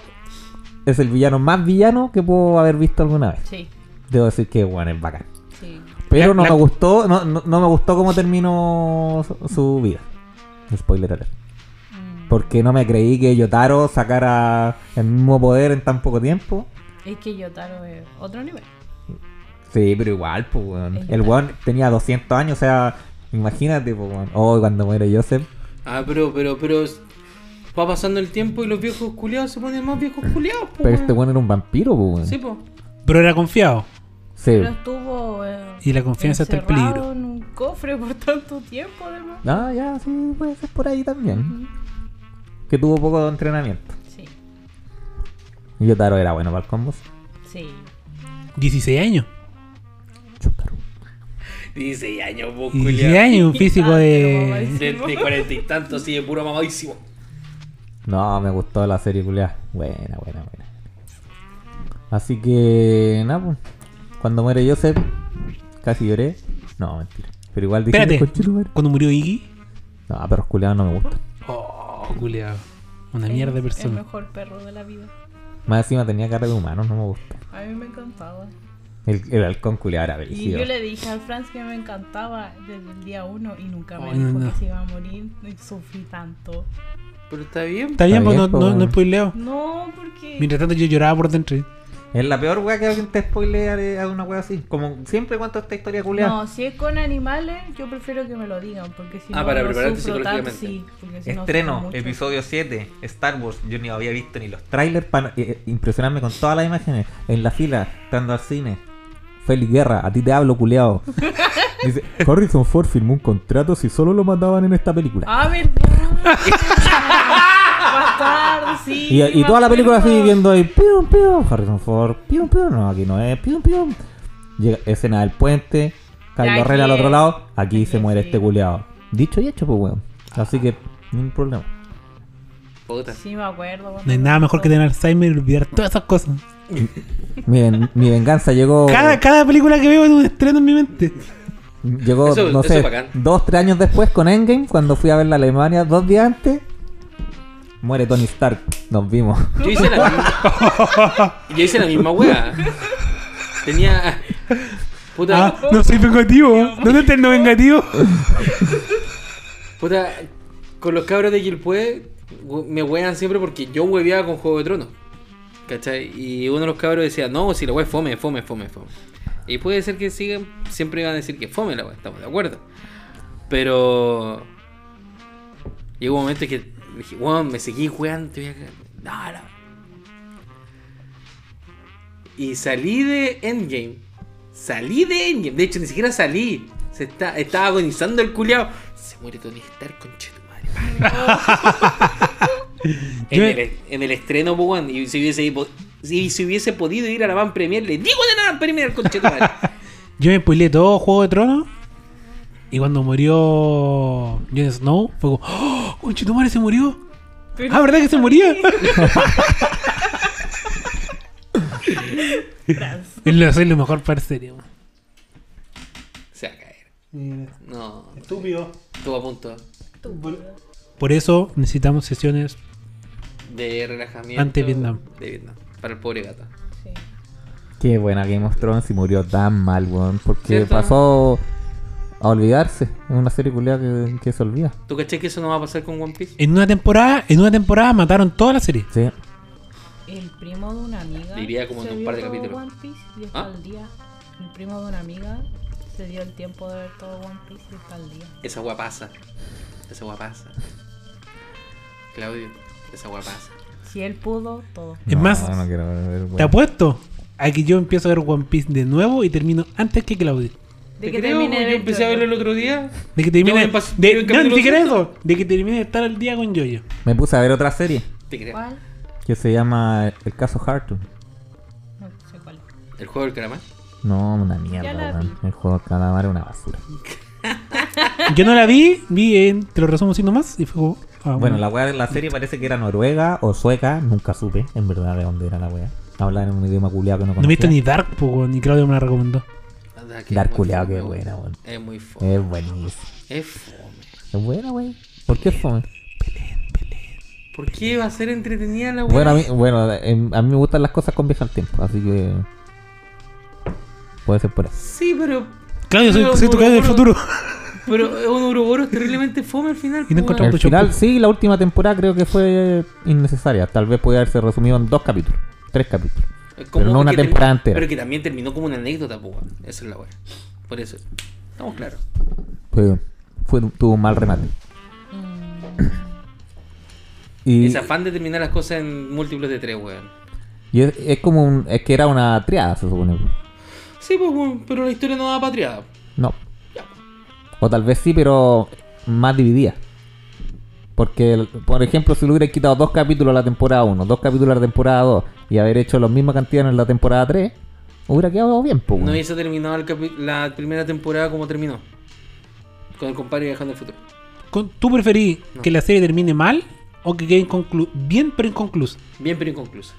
es el villano más villano que puedo haber visto alguna vez.
Sí,
Debo decir que bueno, es bacán.
sí.
Pero
La-
no
la-
me gustó, no, no, no me gustó cómo terminó su, su vida. Spoiler alert.
Mm.
Porque no me creí que Yotaro sacara el mismo poder en tan poco tiempo.
Es que Yotaro es otro nivel.
Sí, pero igual, pues, weón.
Es
El weón tenía 200 años, o sea, imagínate, pues, weón. Oh, cuando muere Joseph.
Ah, pero, pero, pero. Va pasando el tiempo y los viejos culiados se ponen más viejos culiados, po.
Pero este
weón.
weón era un vampiro, pues, weón.
Sí,
Sí.
po.
Pero era confiado.
Pero estuvo. eh,
Y la confianza está en
encerrado
peligro.
en un cofre por tanto tiempo, además.
Ah, ya, sí, puede ser por ahí también. Que tuvo poco de entrenamiento.
Sí,
Y Yotaro era bueno para el combos.
sí.
16 años.
Chotaro.
16 años,
Oh,
po,
16
culiado.
años, un físico
Ah,
de.
De, de 40 y tantos, sigue puro mamadísimo.
No, me gustó la serie, culiá. Buena, buena, buena. Así que, nada, pues. Cuando muere Joseph, casi lloré. No, mentira. Pero igual dije,
Espérate.
"Conchetumare".
Cuando murió Iggy.
No, perros culiados no me gustan.
Oh, culiado. Una mierda de
Es El
persona.
mejor perro de la vida.
Más encima tenía cara de humano, no me gusta.
A mí me encantaba.
El, el halcón culiado era
Y
ah.
brígido.
yo le dije al Franz que me encantaba desde el día uno y nunca me
Ay,
dijo
no.
que se iba a morir. Y sufrí tanto.
Pero está bien.
Está bien,
Está
pues no,
bien, pues,
no, no
weón.
spoileo.
No, porque.
Mientras tanto yo lloraba por dentro.
Es la peor weá que alguien te spoilea de- a una weá así. Como siempre cuento esta historia culiada.
No, si es con animales, yo prefiero que me lo digan, porque si
Ah,
no,
para
lo
prepararte
sufro tanto,
psicológicamente.
sí, porque si no, sufro
Estreno,
mucho.
episodio 7, Star Wars. Yo ni había visto ni los trailers para eh, impresionarme con todas las imágenes. En la fila, estando al cine. Félix Guerra, a ti te hablo, culeado. Dice, Harrison Ford firmó un contrato si solo lo mataban en esta película.
Ah, verdad. Bastardo, sí.
Y, y
me
toda la película
acuerdo.
así viendo ahí, pium, pium, Harrison Ford, pium, pium, no, aquí no es, pium, pium. Llega escena del puente,
Aquí
Kylo Ren al otro
es.
lado, aquí, se
es,
muere
sí.
este culeado. Dicho y hecho, pues, weón. Así que, ningún problema.
Puta.
Sí, me acuerdo.
No hay nada mejor que tener Alzheimer y olvidar todas esas cosas.
Mi, ven- mi venganza llegó,
Cada, cada película que veo es un estreno en mi mente.
llegó
Eso-
no
eso
sé,
es bacán.
dos, tres años después con Endgame, cuando fui a ver la Alemania, dos días antes, muere Tony Stark. Nos vimos.
Yo hice la misma. Yo hice la misma wea. Tenía. Puta.
Ah, no soy vengativo. ¿Dónde está el no vengativo?
Puta. Con los cabros de Gilpue me wean siempre porque yo hueveaba con Juego de Tronos. ¿Cachai? Y uno de los cabros decía, no, si la wea es fome, fome, fome, fome. Y puede ser que sigan, siempre iban a decir que es fome la wea, estamos de acuerdo. Pero. Llegó un momento que dije, weón, me seguí jugando. te voy a cagar". No, no. Y salí de Endgame. Salí de Endgame. De hecho, ni siquiera salí. Se está, estaba agonizando el culiao. Se muere Tony Stark, conche tu madre. en,
Yo-
el, en el estreno, po, weón, Y si hubiese, ido- si, si hubiese podido ir a la Van Premier, le digo de la Van Premier, conche tu madre.
Yo me spoileé todo Juego de Tronos. Y cuando murió Jon Snow, fue como, ¡Oh! ¡Conchetumare se murió!
Pero-
ah, ¿verdad que se murió? Y lo soy lo mejor para serio.
Se va a caer.
Estúpido.
No, estuvo a punto
Por eso necesitamos sesiones.
de relajamiento.
Ante Vietnam.
De Vietnam. Para el pobre gato.
Sí.
Ah.
Qué buena Game of Thrones y murió tan mal, weón. Porque
¿Cierto?
pasó a olvidarse. Es una serie culiada que, que se olvida.
¿Tú caché que eso no va a pasar con One Piece?
En una temporada, en una temporada mataron toda la serie.
Sí.
El primo de una amiga.
Diría como
se
en un
vio
par de
todo
capítulos.
One Piece y está
¿Ah?
al día. El primo de una amiga se dio el tiempo de ver todo One Piece y está al día.
Esa agua pasa. Esa agua pasa. Claudio, esa agua pasa.
Si él pudo, todo.
Es más,
No, no quiero ver, weón.
te apuesto a que yo empiezo a ver One Piece de nuevo y termino antes que Claudio.
De
Te creo,
termine
yo
de ver
empecé a
Jojo.
verlo el otro día.
De que
Yo voy
termine.
en pas- yo
De,
en
no, ni
capítulo
siquiera
ciento.
eso. De que termine de estar al día con Yoyo.
Me puse a ver otra serie
Te creo.
¿Cuál?
que se llama El caso Hartung.
No sé cuál. es.
El juego del calamar.
No, una
Ya
mierda,
la
weón. El juego de calamar es una basura.
Yo no la vi, vi en. Te lo resumo así nomás y fue como, ah,
Bueno, la weá de la serie parece que era noruega o sueca. Nunca supe, en verdad, de dónde era la weá. Hablar en un idioma culiado que no
No he visto
conocía.
ni Dark, po, weón, ni Claudio me la recomendó.
Anda, que es
Dar
muy
culiado, Ah,
fome,
qué
weón.
buena, weón.
Es muy fome.
Es buenísimo.
Es fome.
Es buena, wey. ¿Por qué fome?
¿Por qué va a ser entretenida la
Bueno, a mí,
weá?
bueno, em, a mí me gustan las cosas con viaje al tiempo, así que. Puede ser por eso.
Sí, pero.
Claudio, soy,
Pero,
soy tu
weón,
Claudio del
weón.
futuro.
Pero es un Ouroboros terriblemente fome al final.
Y no
po, weón.
encontramos-
Al
Photoshop.
final, sí, la última temporada creo que fue innecesaria. Tal vez podía haberse resumido en dos capítulos, tres capítulos.
Es como
Pero no una
que termi-
temporada entera.
Pero que también terminó como una anécdota, po, weón. Eso es la weá. Por eso. Estamos claros.
Fue, fue- tuvo un mal remate.
Mm.
Y,
Ese afán de terminar las cosas en múltiplos de tres, weón.
y es, es como un. Es que era una triada, se supone.
Sí, pues, weón, pero la historia no va patriada.
No.
Ya,
O tal vez sí, pero más dividida. Porque, el- por ejemplo, si le hubiera quitado dos capítulos a la temporada 1, dos capítulos a la temporada 2 y haber hecho la misma cantidad en la temporada 3, hubiera quedado bien, pues.
No hubiese terminado el capi- la primera temporada como terminó. Con el compadre viajando al futuro.
Con- ¿Tú preferís que la serie termine mal o que quede inconclu- bien pero inconclusa?
Bien, pero inconclusa.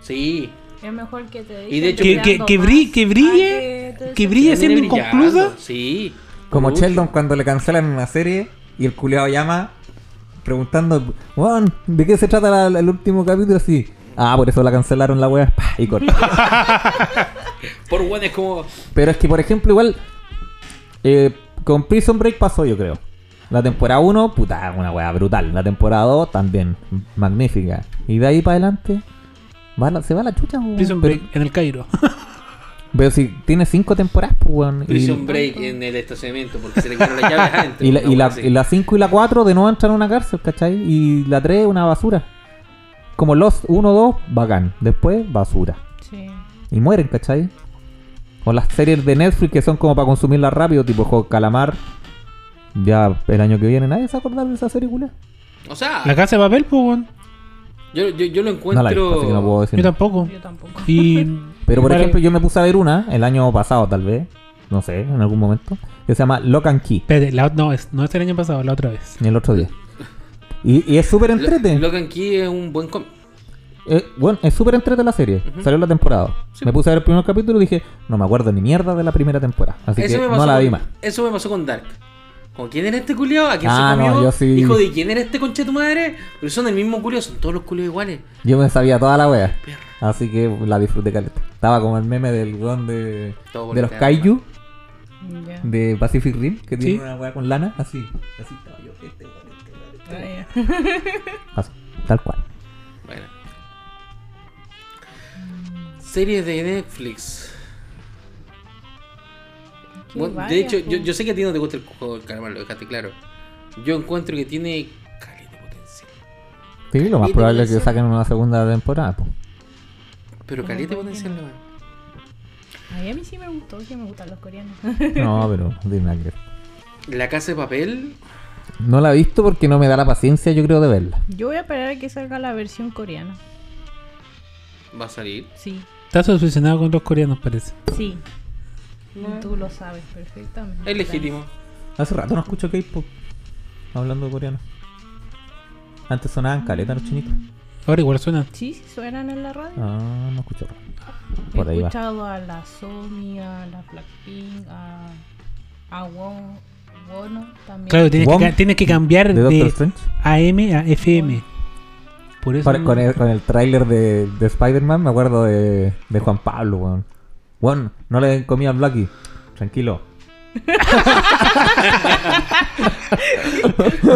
Sí.
Es mejor que te
Y de hecho-
Que, que, que, bri- que
Ah,
brille, que brille
Termine
siendo
brillando,
inconclusa.
Sí.
Como
Uy,
Sheldon cuando le cancelan una serie y el culeado llama preguntando, "Weón, ¿de qué se trata la- la- el último capítulo? Así, ah, por eso la cancelaron la wea. pa, Y corta.
Por weón es como.
Pero es que, por ejemplo, igual eh, con Prison Break pasó, yo creo. La temporada 1, puta, una weá brutal. La temporada 2 también, magnífica. Y de ahí para adelante, va la- se va la chucha,
Uh.
weón.
Prison
Pero, Ah.
Break en el Cairo.
pero si tiene 5 temporadas, pues, weón.
Prison
Y,
Break en el estacionamiento porque se le quedaron las llaves adentro.
y la
una
5 y, la,
cosa así.
y, la cinco y la 4 de nuevo entran a una cárcel, ¿cachai? Y la 3 una basura. Como los 1, 2, bacán. Después, basura.
Sí.
y mueren, ¿cachai? O las series de Netflix que son como para consumirlas rápido, tipo Juego de Calamar. Ya el año que viene nadie se va a acordar de esa serie, culia.
O sea,
La casa de papel, pues, weón.
yo, yo, yo lo
No la he
encuentro.
visto, así que no puedo decir.
Yo
nada.
tampoco.
Yo tampoco.
Y.
Pero por
Vale.
ejemplo, yo me puse a ver una el año pasado, tal vez. No sé, en algún momento. Que se llama Lock and Key.
Espérate, la ot- no, es, no es el año pasado, la otra vez.
El otro día. Y, y es súper
Lo-
entrete.
Logan Key es un buen cómic.
Eh, bueno, es súper entrete la serie. Salió la temporada. Me puse a ver el primer capítulo y dije, no me acuerdo ni mierda de la primera temporada. Así que no la
con,
vi más.
eso me pasó con Dark. ¿Con quién era este culiao? ¿A quién
Ah,
se
no,
comió?
yo sí.
Hijo de quién era este conche tu madre. Pero son el mismo culio, son todos los culios iguales.
Yo me sabía toda la wea. Así que la disfruté caleta. Estaba como el meme del weón de,
Todo por
de los
la
Kaiju
Mm.
Ya.
de Pacific Rim, que tiene
Sí.
una wea con lana. Así, así estaba yo. Este weón, este weón, este weón.
Ah, ya.
Así, tal cual.
Bueno. Series de Netflix.
Qué
Bueno,
varias,
de hecho,
po.
yo, yo sé que a ti no te gusta el juego del calamar, lo dejaste claro. Yo encuentro que tiene calidad de potencial.
Sí, lo más
Y
probable es que
televisión.
saquen una segunda temporada. po.
Pero
No,
calidad de
¿por qué
potencial
no?
no.
Ay, a mí sí me gustó, que me gustan los coreanos.
No, pero no tiene nada que ver.
La casa de papel.
No la he visto porque no me da la paciencia, yo creo, de verla.
Yo voy a esperar a que salga la versión coreana.
Va a salir.
Sí,
Estás obsesionado con los coreanos, parece.
sí. Tú lo sabes perfectamente.
Es legítimo.
Hace rato no escucho K-pop hablando coreano. Antes sonaban caleta los chinitos.
Ahora igual suena.
Sí, sí, suenan en la radio.
Ah, no escucho. Por
He
ahí va.
escuchado a la Somi, a la Blackpink, a, a Won, Wono también.
Claro, tienes que,
Wong,
ca- tienes que cambiar
¿De
de,
Doctor Strange?
AM a FM. Por eso.
Con, con el, con el tráiler de, de Spider-Man me acuerdo de, de Juan Pablo, weón. Weón, no le comí al Blacky. Tranquilo.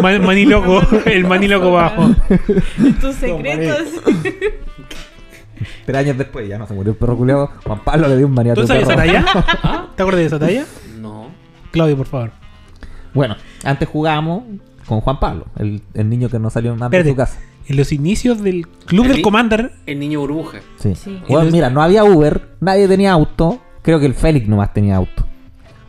Man- maní loco, el maní loco bajo.
Tus secretos.
eh.
Tres años después ya no se murió el perro culeado. Juan Pablo le dio un maniato
¿Tú
de
sabes esa
perro.
talla?
¿Ah?
¿Te acuerdas de esa talla?
No.
Claudio, por favor.
Bueno, antes jugábamos con Juan Pablo, el, el niño que no salió más de
Espérate.
su casa.
En los inicios del Club del
¿Sí?
Commander,
El niño burbuja.
Sí.
Sí.
Weón, mira, no había Uber, nadie tenía auto. Creo que el Félix nomás tenía auto.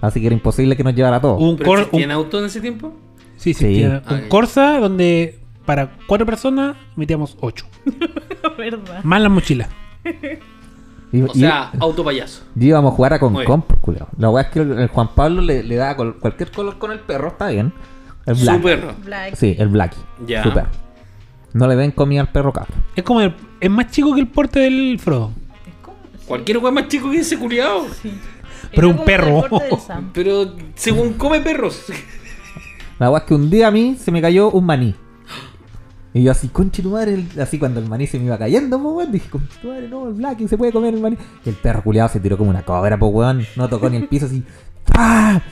Así que era imposible que nos llevara a todos.
un,
Oh. ¿Pero
cor-
existían
un-
autos en ese tiempo?
sí, sí,
Sí.
tiene
Ah,
un
ya.
Corsa donde para cuatro personas metíamos ocho.
¿Verdad?
Más la mochila.
Y-
O
y-
sea, auto payaso.
Y íbamos a jugar a con
Muy
comp, culiao. La weá es que el, el Juan Pablo le, le daba col- cualquier color con el perro, está bien. El
Su
black.
perro.
Black.
Sí, el black.
Ya.
Su perro. No le den comida al perro cabrón.
Es como el- es más chico que el porte del Frodo.
Es como- sí,
Cualquier weón más chico que ese culiao.
sí.
Pero
Era
un
como
perro.
el corte del Sam.
Pero según come perros.
La weá es que un día a mí se me cayó un maní. Y yo así, conche tu madre, el- así cuando el maní se me iba cayendo, po, weón, dije, conche tu madre, no, el black, se puede comer el maní. Y el perro culiado se tiró como una cobra, po, weón, no tocó ni el piso, así, ¡ah!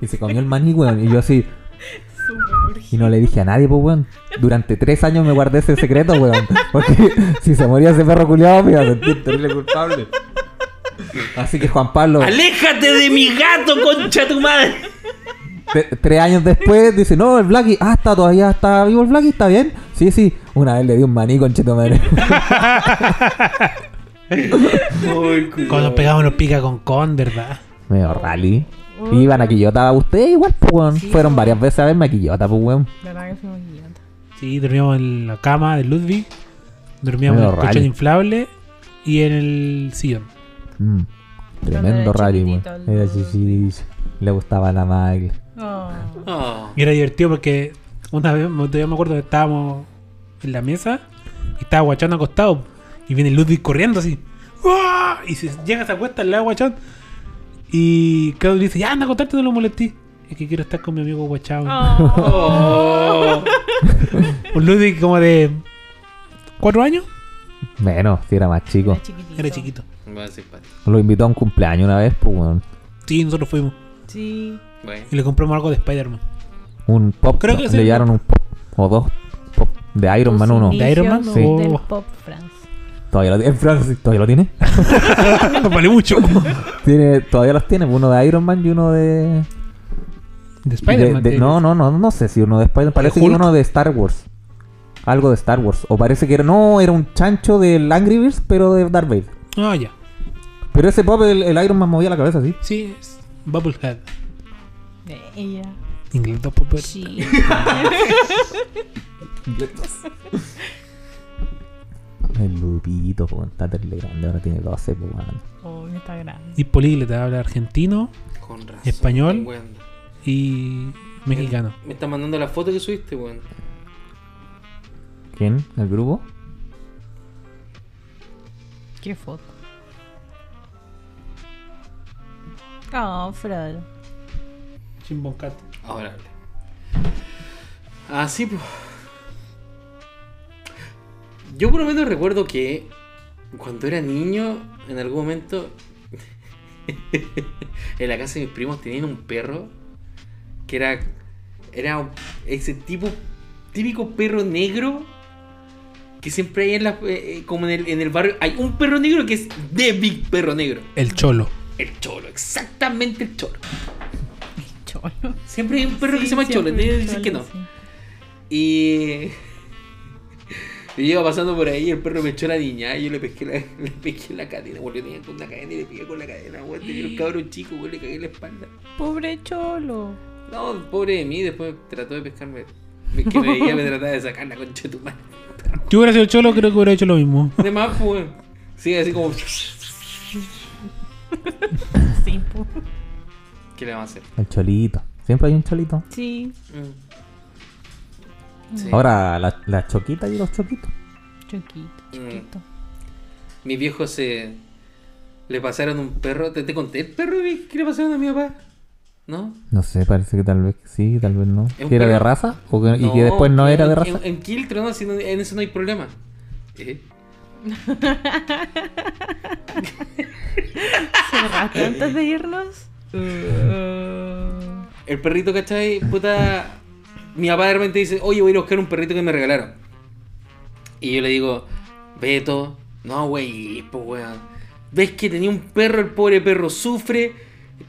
Y se comió el maní, weón, y yo así,
Súper
Y
original.
no le dije a nadie, pues, weón. Durante tres años me guardé ese secreto, weón. Porque si se moría ese perro culiado, me iba a sentir terrible culpable. Así que Juan Pablo,
¡Aléjate de mi gato, concha tu madre!
te- tres años después, dice, no, el Blacky, ah, está todavía, está vivo el Blacky, está bien. Sí, sí. Una vez le di un maní con cheto madre.
Cuando pegábamos los pica con con, ¿verdad?
Medio rally. Y iban a Quillota, ustedes igual, pues, weón.
Sí,
Fueron
po.
varias veces a verme a Quillota, pues, weón.
¿Verdad que fuimos guiando?
Sí, dormíamos en la cama de Ludwig. Dormíamos en
Medio
el colchón
rally.
inflable y en el sillón.
Mm, Tremendo
era
rally, weón.
chiquitito,
Era
lo-
chiquitito. Le gustaba la magia.
Oh.
Oh,
Y era divertido porque una vez, me- todavía me acuerdo que estábamos en la mesa y estaba Guachán acostado. Y viene Ludwig corriendo así. ¡Uah! Y se llega, se acuesta al lado de Guachán. Y Claudio le dice, ya anda a acostarte, no lo molestí. Es que quiero estar con mi amigo Guachán.
Ah.
oh.
Un Ludwig como de cuatro años.
Menos, si era más chico.
Era chiquitito.
Era chiquito.
Va a ser padre.
Lo invitó a un cumpleaños una vez, pues, weón.
Sí, nosotros fuimos.
Sí.
Bueno.
Y le compramos algo de Spider-Man.
Un pop.
Creo que
le
sí.
llevaron un pop. O dos pop de Iron Man 1.
sí. ¿De Iron Man?
Los
Sí.
inicios Del
Oh.
Pop France.
Todavía lo tiene. En Francia, ¿todavía lo tiene?
vale mucho.
tiene? Todavía los tiene. pues, Uno de Iron Man y uno de.
De
y de-
Spider-Man.
de-
tiene-
no, no, no, no sé si uno de Spider-Man. Parece que
Hulk?
uno de Star Wars. Algo de Star Wars. O parece que era. No, era un chancho del Angry Birds, pero de Darth Vader.
Ah, ya.
Pero ese pop, el, el Iron Man movía la cabeza así.
Sí, es Bubblehead.
De ella.
Inglés dos Popper.
Sí.
El Lupito, po, está terrible grande. Ahora tiene 12, po, weón.
Oh, está grande.
Y políglota habla argentino
Con razón.
Español.
weón.
y mexicano.
Me estás mandando la foto que subiste, weón.
¿Quién? ¿El grupo?
Qué foto. Oh, Frodo.
Chimboncat.
Ahora hable. Así pues. Yo por lo menos recuerdo que cuando era niño, en algún momento, en la casa de mis primos tenían un perro que era, era un- ese tipo, típico perro negro que siempre hay en la, eh, eh, como en el, en el barrio. Hay un perro negro que es de Big Perro Negro.
El cholo.
El cholo, exactamente el cholo.
Cholo.
Siempre hay un perro que
Sí,
se llama cholo,
siempre el
entonces dicen que no.
cholo, sí.
Y. Yo iba pasando por ahí, el perro me echó la niña y yo le pesqué la, le pesqué la cadena, boludo. Tenía con una cadena y le pegué con la cadena, weón. Tenía un cabrón chico, weón, le cagué la espalda.
Pobre cholo.
No, pobre de mí, después trató de pescarme. Me- Que me veía, me trataba de sacar la concha de tu madre.
Yo hubiera sido cholo, creo que hubiera hecho lo mismo.
De más, pues, weón. Sí, así como.
Sí, po.
¿Qué le vamos a hacer?
El Cholito. Siempre hay un Cholito.
Sí.
Mm. Sí.
Ahora, la, la choquita y los choquitos.
Chiquito,
Mm.
chiquito.
Mis viejos se. Le pasaron un perro. ¿Te, te conté el perro que le pasaron a mi papá? ¿No?
No sé, parece que tal vez sí, tal vez no.
un
¿Que era de
perro.
raza? ¿O que- ¿Y que después no
en-
era de
en-
raza?
En, en Kiltro, no, si no- en eso no hay problema. Eh,
Cerraste antes de irnos. Uh,
El perrito, ¿cachai? Puta. Mi papá de repente dice, oye, voy a ir a buscar un perrito que me regalaron. Y yo le digo, Beto, no, güey, pues, weón. ¿Ves que tenía un perro? El pobre perro sufre,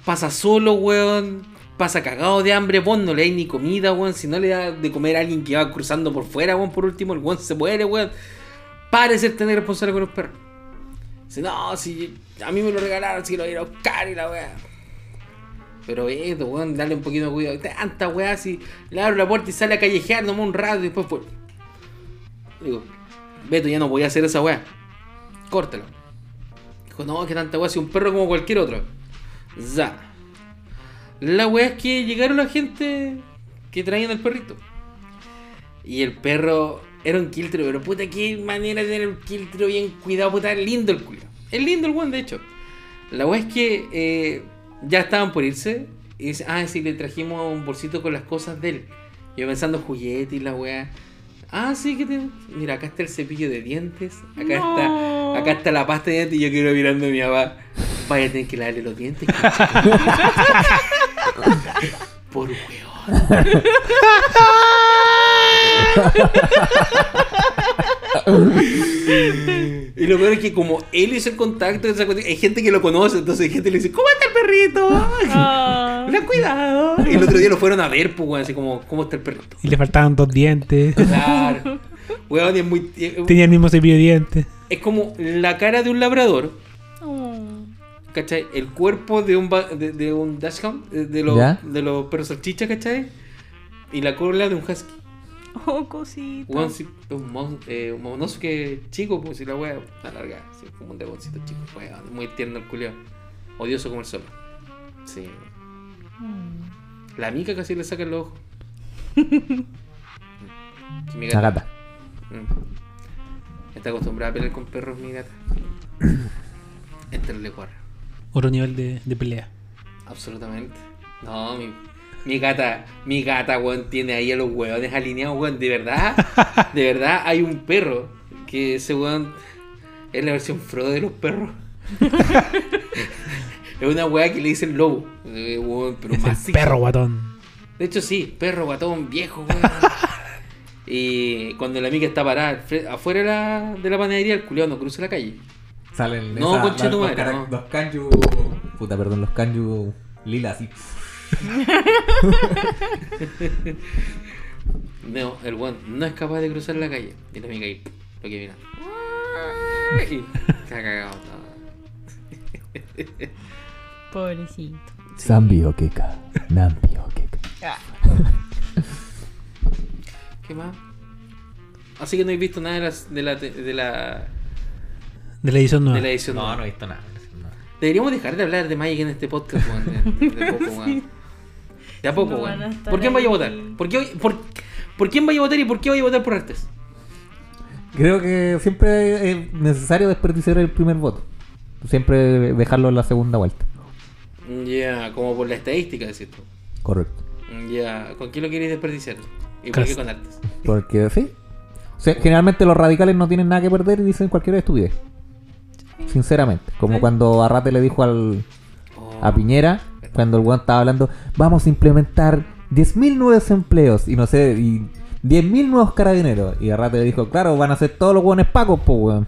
pasa solo, weón. Pasa cagado de hambre, vos no le dais ni comida, weón. Si no le da de comer a alguien que va cruzando por fuera, weón, por último, el weón se muere, weón. Parece tener responsable con los perros. Dice, no, si a mí me lo regalaron, si lo voy a ir a buscar y la weá. Pero esto, weón, dale un poquito de cuidado. Tanta weá, si le abro la puerta y sale a callejear nomás un rato y después pues. Digo, Beto, ya no voy a hacer esa weá. Córtalo. Dijo, no, que tanta weá, si un perro como cualquier otro. Ya. La weá es que llegaron la gente que traían al perrito. Y el perro era un quiltro, pero puta, qué manera de tener un quiltro bien cuidado, puta, lindo el culo. Es lindo el weón, de hecho. La weá es que eh, ya estaban por irse. Y dice, ah, sí, le trajimos un bolsito con las cosas de él. Yo pensando juguete y la weá. Ah, sí, que te... Mira, acá está el cepillo de dientes. Acá
No.
está. Acá está la pasta de dientes. Y yo quiero mirando a mi papá. Vaya a tener que lavarle los dientes. por weón. Y lo peor es que como él hizo el contacto, esa cuestión, hay gente que lo conoce, entonces hay gente que le dice, ¿cómo está el perrito?
ah.
Ten cuidado. Y el otro día lo fueron a ver, pues, weón, así como, ¿cómo está el perrito?
Y le faltaban dos dientes.
Claro. Weón, y es muy...
Tenía el mismo cepillo de dientes.
Es como la cara de un labrador,
Oh.
¿cachai? El cuerpo de un, ba- de, de un dashhound, de, de los,
¿Ya?
de los perros salchicha, ¿cachai? Y la cola de un husky.
Oh, cosita.
Weón, sí, un, mon, eh, un monosuke chico, pues, si la wea alargada, sí, como un dragoncito chico, weón, muy tierno el culiao. Odioso como el sol. Sí.
Mm.
La mica casi le saca el ojo. Sí, mi
La gata.
gata. Mm. Está acostumbrada a pelear con perros, mi gata. Esta no le cuadra.
Otro nivel de, de pelea.
Absolutamente. No, mi, mi gata, mi gata, weón, tiene ahí a los hueones alineados, weón. De verdad, de verdad hay un perro que ese weón es la versión Frodo de los perros. es una weá que le dicen lobo. Eh, weón, pero
es
más
el perro guatón.
De hecho, sí, perro guatón, viejo, weón. y cuando la mica está parada al fre- afuera de la, de la panadería, el culiao no cruza la calle.
Salen
No,
esas-
concha
los-
tu
los,
madre,
cara-
no.
los kanju. Puta, perdón, los kanju lila así.
No, el weón no es capaz de cruzar la calle. Y la mica ahí, lo que mira. Y se ha cagado todo.
Pobrecito.
Zambi o Keka. Nambi o Keka.
¿Qué más? Así que no he visto nada de, las, de la, de la,
De la edición nueva.
de la edición.
No,
nueva.
no he visto nada. no.
Deberíamos dejar de hablar de Magic en este podcast, weón. De, de poco, weón. De a poco,
No van a
weón.
estar
¿Por quién vaya a votar?
ahí.
¿Por, qué, por, por quién vaya a votar y por qué vaya a votar por Artes?
Creo que siempre es necesario desperdiciar el primer voto. Siempre dejarlo en la segunda vuelta.
Ya, como por la estadística, decís tú.
Correcto.
Ya, ¿con quién lo queréis desperdiciar? ¿Y por
Cast.
qué con Artes?
Porque sí. O sea, generalmente los radicales no tienen nada que perder y dicen cualquier estupidez. Sinceramente. Como cuando Arrate le dijo al,
Oh,
a Piñera, cuando el weón estaba hablando, vamos a implementar 10.000 nuevos empleos y no sé, y 10.000 nuevos carabineros. Y Arrate le dijo, claro, van a ser todos los weones pacos, po weón.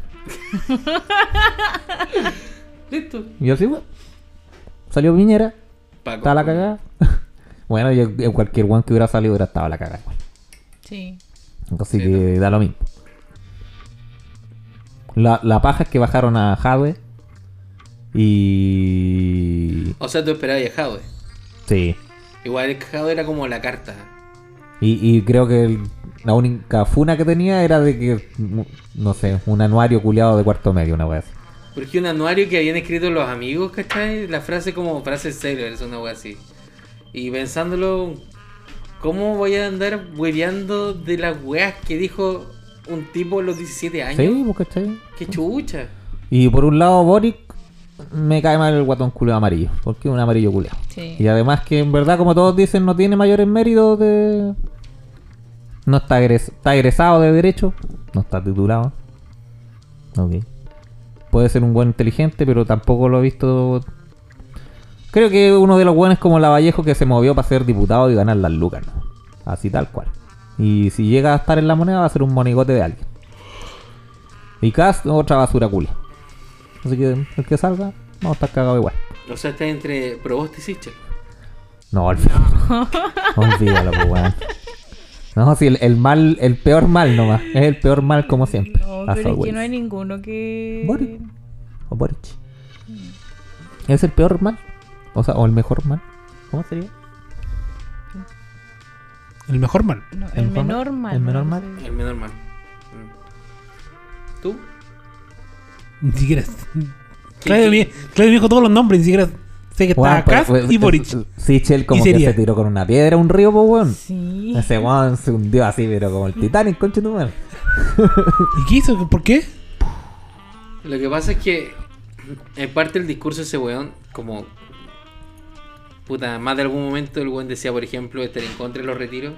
Listo.
Y así, weón. Salió Piñera,
Paco.
estaba la cagada. bueno, yo, yo cualquier weón que hubiera salido hubiera estado la cagada igual.
Sí.
Así
Sí,
que da lo mismo. La, la paja es que bajaron a Jadwe. Y.
O sea, tú esperabas eh. a Jadwe.
Sí.
Igual Jadwe era como la carta.
Y, y creo que el- la única funa que tenía era de que. No sé, un anuario culiado de cuarto medio, una vez.
Porque un anuario que habían escrito los amigos, ¿cachai? La frase como frase célebre, es una wea así. Y pensándolo, ¿cómo voy a andar hueveando de las weas que dijo un tipo a los 17 años?
Sí, pues cachai.
¡Qué chucha!
Y por un lado, Boric. Me cae mal el guatón culiado amarillo. Porque es un amarillo culiado.
Sí.
Y además que en verdad, como todos dicen, no tiene mayores méritos de... No está, egres- está egresado de derecho, no está titulado. Ok. Puede ser un buen inteligente, pero tampoco lo he visto... Creo que uno de los buenos como Lavallejo que se movió para ser diputado y ganar las lucas, ¿no? Así tal cual. Y si llega a estar en la moneda va a ser un monigote de alguien. Y Cast, otra basura culia. Así que el que salga, vamos a estar cagado igual.
O sea, está entre Proboste y Sichel.
No, olvídalo. olvídalo, pues, weón. No, sí, el, el mal, el peor mal nomás. Es el peor mal como siempre.
No,
As
pero es que
always.
no hay ninguno que.
Boric. O Boric. Es el peor mal. O sea, o el mejor mal. ¿Cómo sería?
El mejor mal.
No,
¿El
el
mejor
menor
mal?
mal.
¿El
no
menor
lo
mal?
sé.
El menor mal. Mm. ¿Tú?
Ni siquiera.
¿Qué-
Claudio,
qué-
me- Claudio me dijo todos los nombres, ni siquiera sé que está
Weón,
acá
pues, pues,
y Boric.
Sichel como
Y
que
sería.
se tiró con una piedra a un río, pues, weón.
Sí.
Ese weón se hundió así, pero como el Titanic, concha tu madre.
¿Y qué hizo? ¿Por qué?
Lo que pasa es que, en parte, el discurso de ese weón, como. Puta, más de algún momento el weón decía, por ejemplo, estar en contra de los retiros.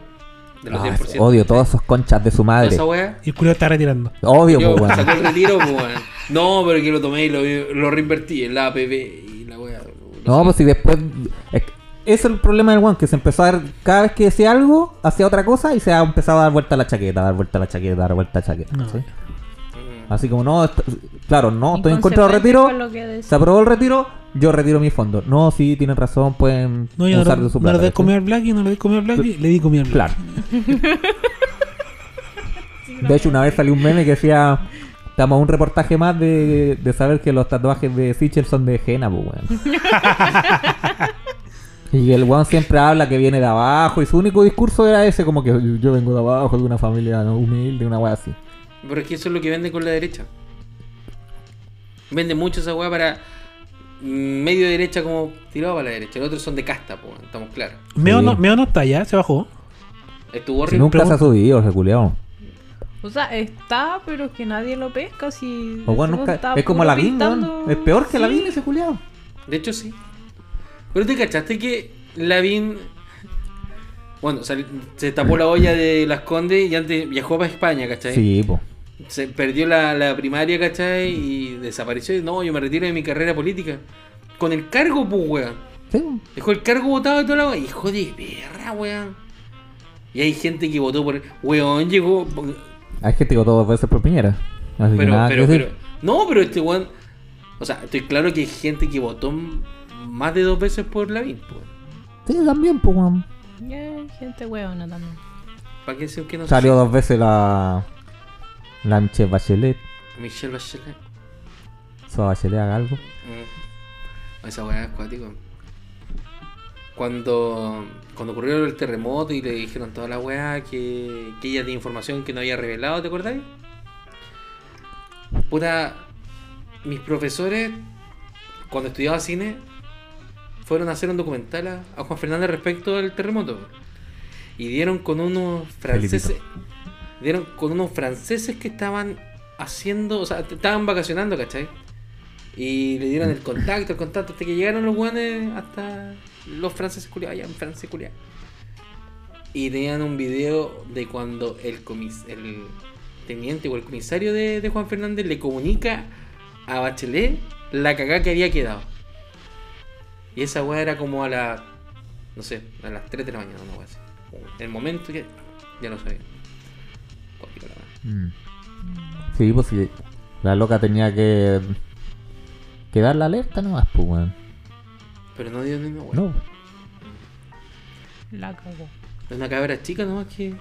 De los
Ah,
10%.
odio todos esos conchas de su
Toda
madre.
Esa wea.
Y el culo está retirando.
Obvio,
Yo
pues, weón.
saqué el retiro, pues, weón. No, pero que lo tomé y lo, lo reinvertí en la APP y la wea.
No, pues si después. es que- ese es el problema del One, que se empezó a dar. Cada vez que decía algo, hacía otra cosa y se ha empezado a dar vuelta a la chaqueta, a dar vuelta a la chaqueta, a dar vuelta a la chaqueta.
No.
¿sí? Así como, no, est- claro, no, estoy en contra del
Inconsecuente
retiro.
con lo que decía.
Se aprobó el retiro, yo retiro mi fondo. No, sí, tienen razón, pueden
No, yo no,
usar
le-
de su
no
plata.
le di
¿sí?
comida al Blacky, no le di comida al Blacky, le di comida al Blacky.
Claro. De hecho, una vez salió un meme que decía. Estamos a un reportaje más de, de saber que los tatuajes de Sichel son de Jena, pues, weón. y el weón siempre habla que viene de abajo. Y su único discurso era ese, como que yo vengo de abajo, de una familia ¿no? humilde, una weá así.
Pero es que eso es lo que vende con la derecha. Vende mucho esa wea para mm, medio derecha como tirado para la derecha. Los otros son de casta, pues, weón, estamos claros.
Meo,
Sí.
no, Meo no está ya, se bajó.
Estuvo
Si
horrible.
nunca se ha subido, ese culiao.
O sea, está, pero es que nadie lo pesca. Si.
O weón
si
nunca.
está
Es como
puro
la Vin,
pintando-
weón. Es peor que la
Sí.
Vin ese culiao.
De hecho, sí. Pero te cachaste que Lavín. Bueno, sal- se tapó la olla de Las Condes y antes viajó para España, ¿cachai?
Sí, po.
se perdió la, la primaria, ¿cachai? Y desapareció. Y, No, yo me retiro de mi carrera política. Con el cargo, pues, weón.
Sí.
Dejó el cargo votado y toda la wea. Hijo de perra, weón. Y hay gente que votó por. Weón llegó.
Hay gente que votó dos veces por Piñera. Así que
Pero,
nada
pero,
que
pero.
decir.
No, pero este weón. O sea, estoy claro que hay gente que votó m- más de dos veces por Lavín, pues. po.
Sí, también, pues, weón.
Ya, hay gente huevona también.
¿Para qué decir que no
Salió dos veces la. La Michelle Bachelet.
Michelle Bachelet.
Su Bachelet haga algo.
Mm. Esa weá es cuático. Cuando, cuando ocurrió el terremoto y le dijeron toda la weá que, que ella tenía información que no había revelado, ¿te acordáis? Puta, mis profesores, cuando estudiaba cine, fueron a hacer un documental a, a Juan Fernández respecto al terremoto. Y dieron con unos franceses. Dieron con unos franceses que estaban haciendo. O sea, t- estaban vacacionando, ¿cachai? Y le dieron el contacto, el contacto, hasta que llegaron los guanes hasta los franceses culiados, allá en Francia culiados. Y tenían un video de cuando el, comis, el teniente o el comisario de, de Juan Fernández le comunica a Bachelet la cagada que había quedado. Y esa weá era como a las, no sé, a las 3 de la mañana, una weá así. El momento que ya lo sabía. Cuático, la weá.
Sí, pues sí. La loca tenía que. que dar la alerta nomás, pues, weón.
Pero no dio ni una weá.
No.
La cagó.
Es Una cabra chica nomás que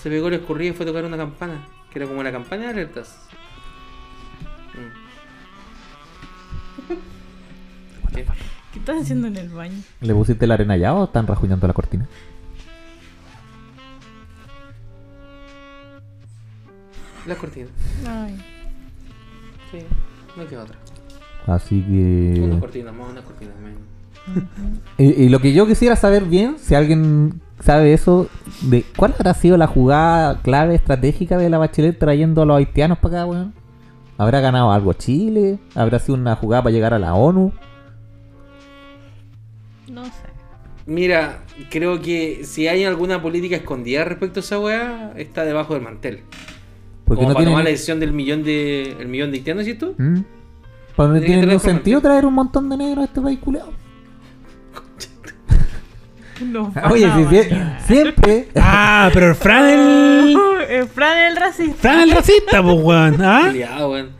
se pegó el escurrido y fue a tocar una campana, que era como la campana de alertas. Mm. ¿Qué?
¿Qué estás haciendo en el baño?
¿Le pusiste la arena allá o están rajuñando la cortina?
Las cortinas.
Ay.
Sí, no queda otra.
Así
Unas
que.
cortinas más, unas cortinas menos.
Y, y lo que yo quisiera saber bien, si alguien sabe eso, de cuál habrá sido la jugada clave estratégica de la Bachelet trayendo a los haitianos para acá, weón. ¿Habrá ganado algo Chile? ¿Habrá sido una jugada para llegar a la ONU?
No sé.
Mira, creo que si hay alguna política escondida respecto a esa weá, está debajo del mantel.
Porque
como
no
para
tiene.
tomar la decisión del millón de. el millón de haitianos, ¿sí tú?
¿Mm? Pues no tiene
Tiene que tener
ningún
forma,
sentido
tío.
traer un montón de negros a este país culeado.
Ah, No,
Ah, Oye, si sie- siempre.
Ah, pero el Fran el.
el Fran el racista.
Fran el racista, pues, weón. ¿Ah?
Peleado, weón.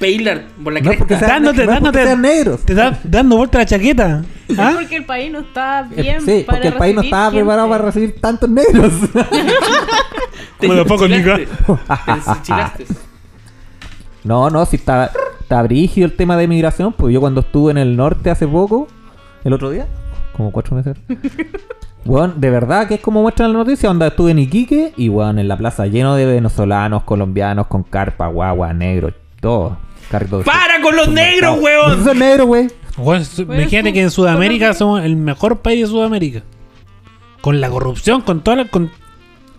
Peilar, por la
No es porque
cresta.
sean,
Dándote,
no es porque
dándote.
sean negros.
Te está dando vuelta la chaqueta.
Es
¿Ah?
porque el país no está
Eh,
bien.
sí,
para
porque el país no
recibir
estaba
gente.
preparado para recibir tantos negros.
Te
Como lo poco,
enchilaste.
Nico.
Te enchilaste.
no, no, si está, está brígido el tema de migración, pues yo cuando estuve en el norte hace poco, el otro día, como cuatro meses. Bueno, de verdad que es como muestran la noticia, onda estuve en Iquique y bueno, en la plaza lleno de venezolanos, colombianos, con carpa, guagua, negro, todo. Carritos de-
¡Para con los negros,
Esos
weón!
Son negros, güey.
Weón, su-
Bueno,
imagínate
sí,
que en Sudamérica
Colombia.
somos el mejor país de Sudamérica. Con la corrupción, con toda la, con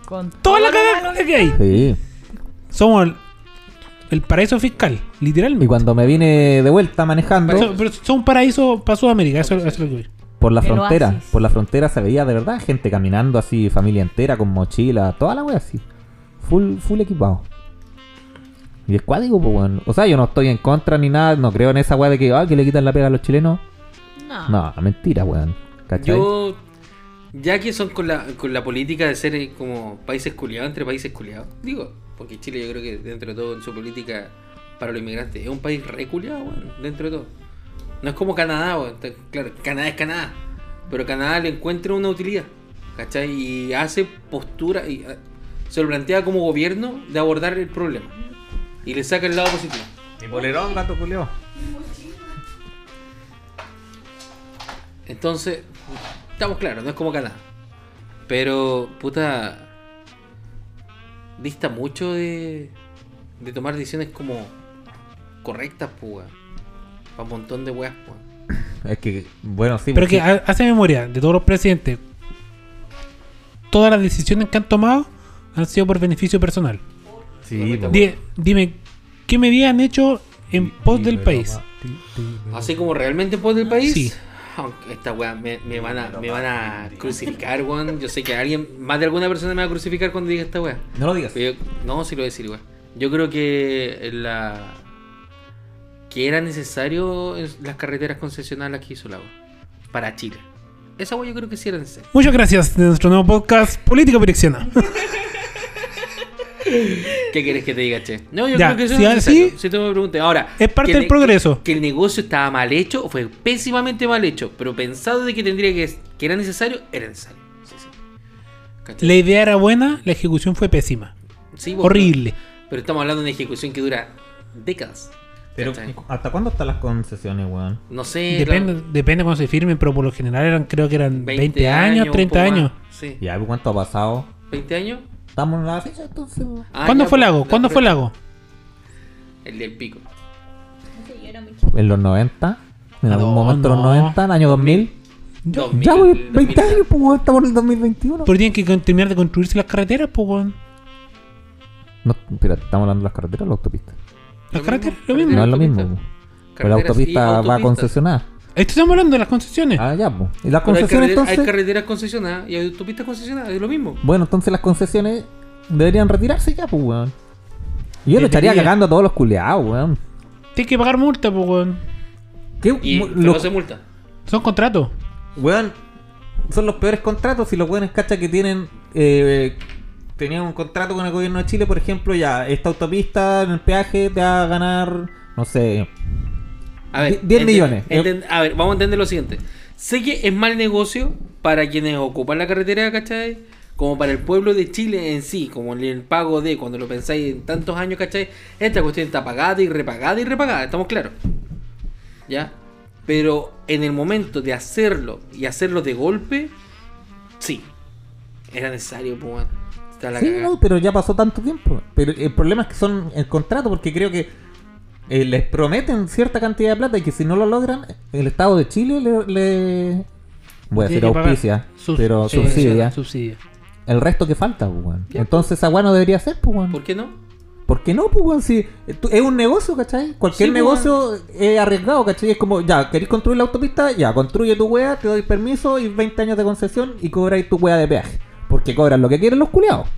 Con
toda la cagada que hay.
Sí.
Somos el, el paraíso fiscal,
Y
literalmente.
cuando me vine de vuelta manejando
So- pero somos un paraíso para Sudamérica, eso, eso es lo que voy.
por la
El
frontera,
oasis.
por la frontera se veía de verdad gente caminando así, familia entera con mochila, toda la wea así. Full, full equipado. Y es cuático, pues weón. O sea, yo no estoy en contra ni nada, no creo en esa wea de que, ah, que le quitan la pega a los chilenos.
No.
No, mentira, weón. ¿Cachai?
Yo, ya que son con la, con la política de ser eh, como países culiados, entre países culiados, digo, porque Chile yo creo que dentro de todo en su política para los inmigrantes es un país re culiado, weón, dentro de todo. No es como Canadá, weón, está- claro, Canadá es Canadá, pero Canadá le encuentra una utilidad, ¿cachai? Y hace postura, y eh, se lo plantea como gobierno de abordar el problema y le saca el lado positivo.
gato culeo.
Entonces, estamos claros, no es como Canadá. Pero, puta, dista mucho de, de tomar decisiones como correctas, puga. Para un montón de weas, pues.
Es que, bueno, sí.
Pero
pues,
que ah, ha- hace memoria de todos los presidentes. Todas las decisiones que han tomado han sido por beneficio personal.
sí, pues,
Di- dime, ¿qué medidas han hecho en pos del
pero,
país?
Así como realmente en pos del país.
Sí.
Aunque esta wea me, me van a, me van a crucificar, weón. Yo sé que alguien, más de alguna persona me va a crucificar cuando diga esta wea.
No lo digas.
Pero yo- no, sí lo voy a decir igual. Yo creo que la que era necesario es- las carreteras concesionadas las que hizo la UA. para Chile. Esa wea yo creo que sí era en serio.
Muchas gracias de nuestro nuevo podcast Política Pirexiana.
¿Qué querés que te diga, che? No, yo
Ya,
creo que eso
si
es
así-
necesario, Si tú me preguntas. Ahora.
Es parte
que
del
ne-
progreso.
Que el negocio estaba mal hecho, o fue pésimamente mal hecho, pero pensado de que tendría que. que era necesario, era necesario. Sí, sí. ¿Cachai?
La idea era buena, la ejecución fue pésima.
Sí, vos,
Horrible.
Pero, pero estamos hablando de una ejecución que dura décadas.
Pero,
¿cachai?
¿hasta cuándo están las concesiones, weón?
No sé.
Depende,
claro,
depende cuando se firmen, pero por lo general eran, creo que eran 20, años,
un
30
poco
años.
más. Sí.
Ya, pues, ¿cuánto ha pasado?
¿20 años?
Estamos en la fecha entonces. weón.
Ah,
¿Cuándo
ya,
fue el
pues,
lago?
la
¿Cuándo fue el
prueba-
lago?
El del pico.
En los 90, en
No,
algún momento los
no.
90, en el año 2000.
Yo-
Ya,
güey,
pues, 20 años, pues, weón, estamos en el 2021.
Pero tienen que con- terminar de construirse las carreteras, pues, weón.
No, espera, estamos hablando de las carreteras o la autopista.
Las
Lo
carreteras,
mismo,
lo mismo.
No es lo mismo.
Autopista.
weón. Pero la autopista va concesionada.
Esto estamos hablando de las concesiones.
Ah, ya, pues. ¿Y las
Eh. Pero hay,
concesiones
carretera- hay
entonces?
carreteras concesionadas y hay autopistas concesionadas, es lo mismo.
Bueno, entonces las concesiones deberían retirarse ya, pues, weón. Y Yo lo estaría
Debería.
cagando a todos los culeados, weón.
Tienen que pagar multa, pues, weón.
¿Qué,
Y
mo-
pero
los-
no se multa.
Son contratos.
Weón, son los peores contratos. Si los weones cacha que tienen. eh, tenían un contrato con el gobierno de Chile, por ejemplo, ya, esta autopista en el peaje te va a ganar, no sé.
A
Die-
ver,
diez
enten-
millones. Eh,
enten- a ver, vamos a entender lo siguiente. Sé que es mal negocio para quienes ocupan la carretera, ¿cachai? Como para el pueblo de Chile en sí, como el, el pago de, cuando lo pensáis en tantos años, ¿cachai? Esta cuestión está pagada y repagada y repagada, estamos claros. ¿Ya? Pero en el momento de hacerlo y hacerlo de golpe, sí. Era necesario, pues. weón. Está la
Sí,
cagada.
no, pero ya pasó tanto tiempo. Pero el problema es que son el contrato, porque creo que eh, les prometen cierta cantidad de plata y que si no lo logran, el Estado de Chile le. le- voy
Tienen
a decir
que pagar
auspicia,
sus-
pero
eh,
subsidia.
subsidia.
El resto que falta, pues, weón. Entonces, agua no debería ser, pues, weón.
¿Por qué no?
¿Por qué no, pues, weón? Si eh, tú- es un negocio, ¿cachai? Cualquier
Sí, pues,
negocio es arriesgado, ¿cachai? Es como, ya, ¿queréis construir la autopista? Ya, construye tu wea, te doy permiso y 20 años de concesión y cobráis tu wea de peaje. Porque cobran lo que quieren los culiados.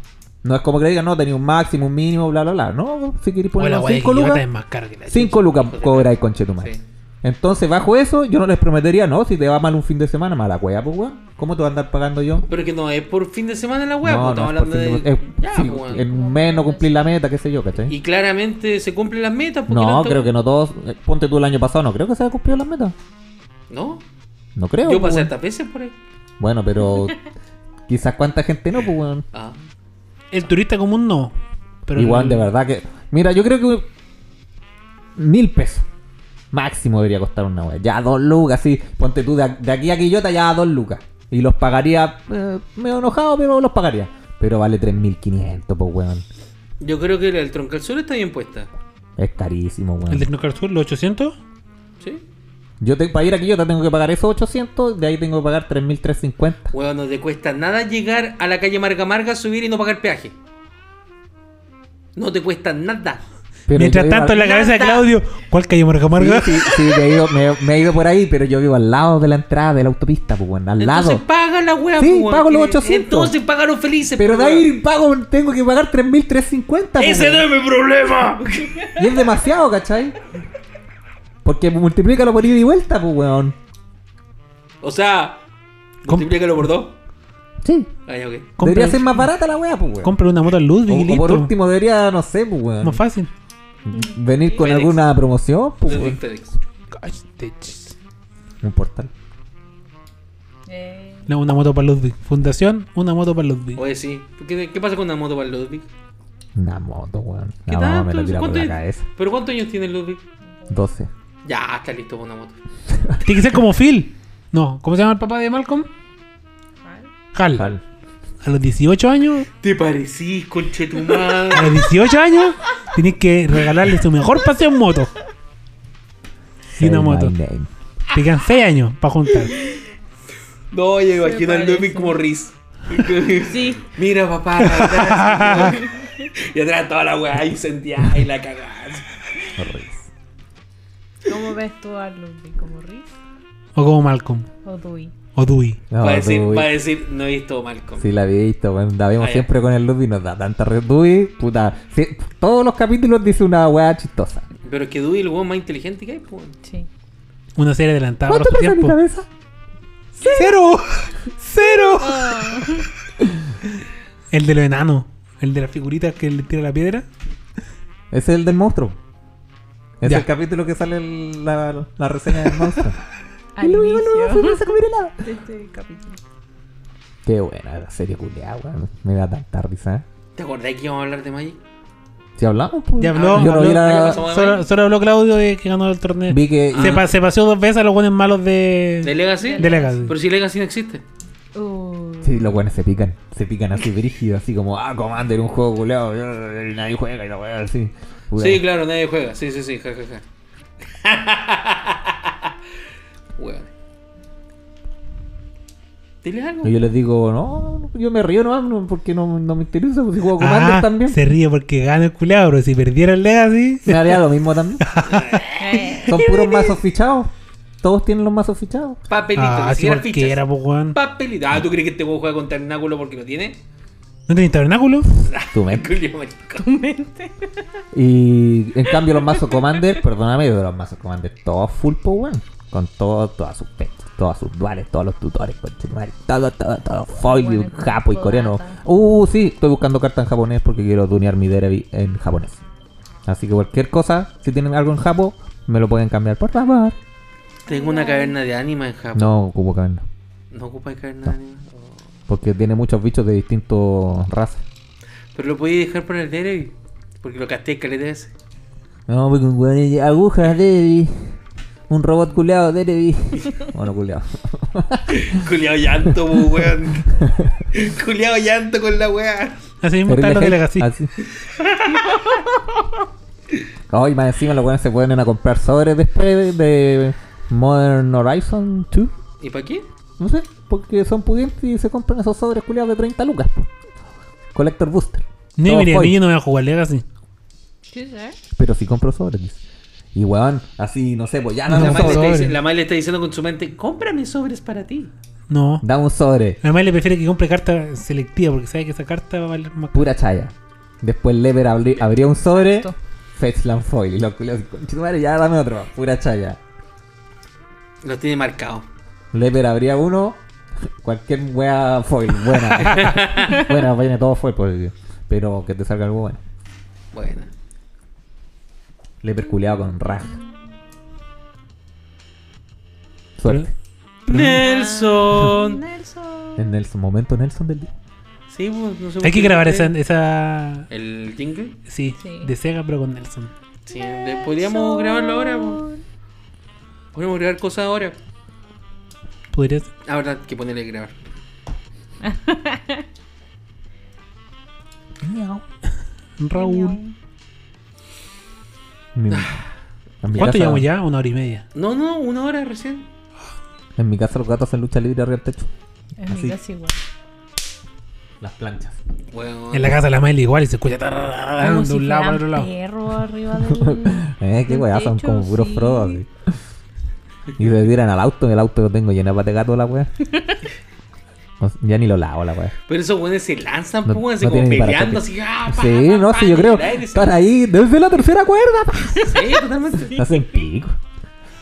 No es como que le digan, no, tenéis un máximo, un mínimo, bla, bla, bla. No, si queréis
Bueno,
poner
la weá de
5
Quillota es
lucas,
más cara que la
5 lucas cobráis, conchetumare.
pues, Sí.
Entonces, bajo eso, yo no les prometería, no, si te va mal un fin de semana, mala wea, pues, weón. ¿Cómo te va a andar pagando yo?
Pero que no es por fin de semana la weá,
No,
pues,
no,
estamos
es por
hablando de.
fin de- es-
Ya,
sí,
pues, weón.
en un mes no cumplir la meta, qué sé yo, ¿cachai?
Y claramente se cumplen las metas. porque
¿Eh? No,
tanta-
creo que no todos. eh, Ponte tú el año pasado, no creo que se haya cumplido las metas.
No,
No creo.
yo
pues,
pasé
weón.
hartas veces por ahí.
Bueno, pero. quizás cuánta gente no, pues, weón.
Ah,
El turista común no. Pero
Igual,
el-
de verdad que. Mira, yo creo que. Mil pesos. Máximo debería costar una wea. Ya dos lucas, sí. Ponte tú de, a- de aquí a Quillota, ya dos lucas. Y los pagaría. eh, medio enojado, pero los pagaría. Pero vale 3.500, pues, weón.
yo creo que el, el troncal sur está bien puesta.
Es carísimo, weón.
El de Knocker Sur, los 800.
¿Sí?
Yo te- para ir a Quillota tengo que pagar esos 800, de ahí tengo que pagar 3.350.
Weón, no te cuesta nada llegar a la calle Marga Marga, subir y no pagar peaje. No te cuesta nada.
Pero yo
Mientras
iba-
tanto, en la cabeza de
Nada.
Claudio, ¿cuál calle Marga Marga?
Sí, sí, sí, me, he ido, me, me he ido por ahí, pero yo vivo al lado de la entrada de la autopista, pues, weón, al
Entonces
lado.
paga la weá,
Sí,
pues, weón,
pago los
que-
800.
Entonces pagaron felices.
Pero de
pues,
ahí
weón.
pago, tengo que pagar 3.350. pues,
Ese
weón.
no es mi problema.
Y es demasiado, ¿cachai? Porque multiplícalo por ida y vuelta, pues, weón.
o sea,
Com-
multiplícalo por dos.
Sí.
Ah, ya, ok.
Debería
Compra,
ser más barata la weá, pues, weón.
compra una moto al Ludwig
O,
y
o por
listo.
último debería, no sé, pues, weón.
Más fácil.
Venir con
FedEx.
alguna promoción, pues,
Desde
weón.
FedEx.
Cállate, chis.
Un portal.
Eh,
No, una moto para Ludwig. Fundación, una moto para Ludwig.
Oye, sí. ¿Qué, qué pasa con una moto para el Ludwig?
Una moto, weón.
¿Qué
La mamá me
tanto?
lo tira por
¿Cuánto-
la cabeza.
¿Pero cuántos años tiene el Ludwig?
12.
Ya, está listo para una moto.
Tiene que ser como Phil. No, ¿cómo se llama el papá de Malcolm? Hal.
Tal.
A los 18 años,
¿Te parecís,
a
conchetumada?
los 18 años, tienes que regalarle su mejor paseo en moto. Y una
Say my
moto.
name.
Te quedan 6 años para juntar.
no, yo imagino al
parece.
Ludwig como Riz.
sí,
Mira, papá. atrás, y atrás toda la weá incendiada y la cagada.
Horrible.
¿cómo ves tú a Ludwig? ¿Como Riz
O como Malcolm.
o Dewey?
O Dewey.
No,
para, decir,
Dewey.
pa' decir, no he visto Malcolm.
Sí, la había visto, weón. La vemos
Ah, ya.
siempre con el Ludwig, nos da tanta red. Ludwig, puta. sí, todos los capítulos dice una weá chistosa.
Pero es que Dewey es el weón más inteligente que hay, pues.
Sí.
Una serie adelantada para
¿Cuánto
su
pesa mi
tiempo.
cabeza?
¡Cero! ¡Cero!
Ah.
El de los enanos. El de las figuritas que le tira la piedra.
Ese es el del monstruo. Es
Ya.
el capítulo que sale el- la, la reseña del monstruo.
Al inicio
a comer helado.
de este capítulo.
Qué buena la serie culiada, weón. Me da tanta risa. ¿eh?
¿Te acordás que íbamos a hablar de Magic?
Si hablamos, pues.
Ya habló,
Yo no
habló.
vi
¿Qué
la.
pasó? Bueno,
Solo,
bueno.
solo habló Claudio de que ganó el torneo.
Vi que.
Se, pa- se paseó dos veces a los buenos malos de.
Ah. ¿De Legacy?
de Legacy.
Pero si Legacy no existe.
Uh,
Sí, los buenos se pican. Se pican así brígido, así como, ah, Commander, un juego culeado. y Nadie juega y la weá así. Puta.
Sí, claro, nadie juega. Sí, sí, sí, jajaja. Ja, ja. Weón. Dile algo.
Y yo les digo, no, yo me río nomás no, porque no, no me interesa. pues, Si juego Commander
Ah,
también.
Se ríe porque gana el culeado, pero si perdiera el Legacy.
Me haría lo mismo también.
eh,
Son puros mazos fichados. Todos tienen los mazos fichados.
Papelito,
Ah, sí,
ni siquiera fichas.
porque era, pues, weón.
Papelito. Ah, ¿tú crees que este juego juega con Ternáculo porque lo tiene?
¿No tenés tabernáculo?
Tu mente.
Julio, marico.
Y en cambio los mazos Commander, perdóname, pero los mazos Commander, todos full power, weón. Con todo, todas sus pets, todas sus duales, todos los tutores, con todo, todo, todo, foil,
Bueno,
un japo y
todo
coreano.
data.
Uh, sí, estoy buscando cartas en japonés porque quiero tunear mi derby en japonés. Así que cualquier cosa, si tienen algo en japo, me lo pueden cambiar, por favor.
Tengo una caverna de ánima en Japón.
No ocupo caverna,
¿No ocupa caverna de ánima? Oh.
porque tiene muchos bichos de distintos razas.
Pero lo podía dejar para el Derby. Porque lo casté caleta de ese.
No, voy con weones de agujas, Derby. Un robot culeado, Derby. Bueno, culeado.
Culeado llanto, po, weón. Culeado llanto con la weá.
Así mismo está
Terrible
lo de
hate,
Legacy.
así. Ay, más encima los weones se pueden ir a comprar sobres después de, de Modern Horizon 2.
¿Y para qué?
No sé, porque son pudientes y se compran esos sobres culiados de 30 lucas. Collector Booster.
No,
Todo
mira,
foil.
niño no voy a jugar Legacy.
¿qué es eso?
Pero si compro sobres, dice. Y weón, así, no sé, pues ya no
La
da
La
madre
un
madre,
sobre.
está,
sobre.
dic- la madre le está diciendo con su mente, cómprame sobres para ti.
No.
Da un sobre.
Además le prefiere que compre carta selectiva porque sabe que esa carta va a valer más.
Pura chaya. Después Lever abri- abría un sobre.
Exacto.
Fetchland Foil. Y los culiados, conchetumare, ya dame otro. Pura chaya.
Lo tiene marcado.
Leper habría uno. Cualquier wea foil, buena. buena, viene todo foil, por Dios. Pero que te salga algo bueno.
Bueno.
Leper culeado con raja. Suerte.
Nelson.
Nelson.
En el momento Nelson del día.
Sí, pues, no sé por
Hay que
qué
grabar
no sé.
esa, esa.
¿El jingle?
Sí,
Sí.
de Sega, pero con Nelson.
Sí, de- podríamos grabarlo ahora. pues. Podríamos grabar cosas ahora.
¿Podrías?
La Ah, verdad, que ponerle grabar.
Raúl.
Mi- en mi
¿Cuánto
casa-
llevamos ya? Una hora y media.
No, no, una hora recién.
En mi casa los gatos hacen lucha libre arriba del techo.
En
Así.
mi casa igual.
Las planchas.
Bueno,
En la casa de la Meli igual y se escucha
Como
tararara, Ah, de
si
un lado para
fueran
otro lado.
perro arriba del...
Eh, qué
del
weá, son
techo,
como puros
sí.
frodos así. Y se tiran al auto, y el auto lo tengo lleno de gato la weá. No- Ya ni lo lavo la weá.
Pero esos buenos se lanzan,
No-
pues, así
no
como
tienen ni para
peleando,
qué.
así. ah, pa,
Sí,
pa,
no,
pa,
sí, yo
en el
creo.
aire, sí.
Están ahí desde la tercera cuerda. pa.
Sí, totalmente.
Hacen pico.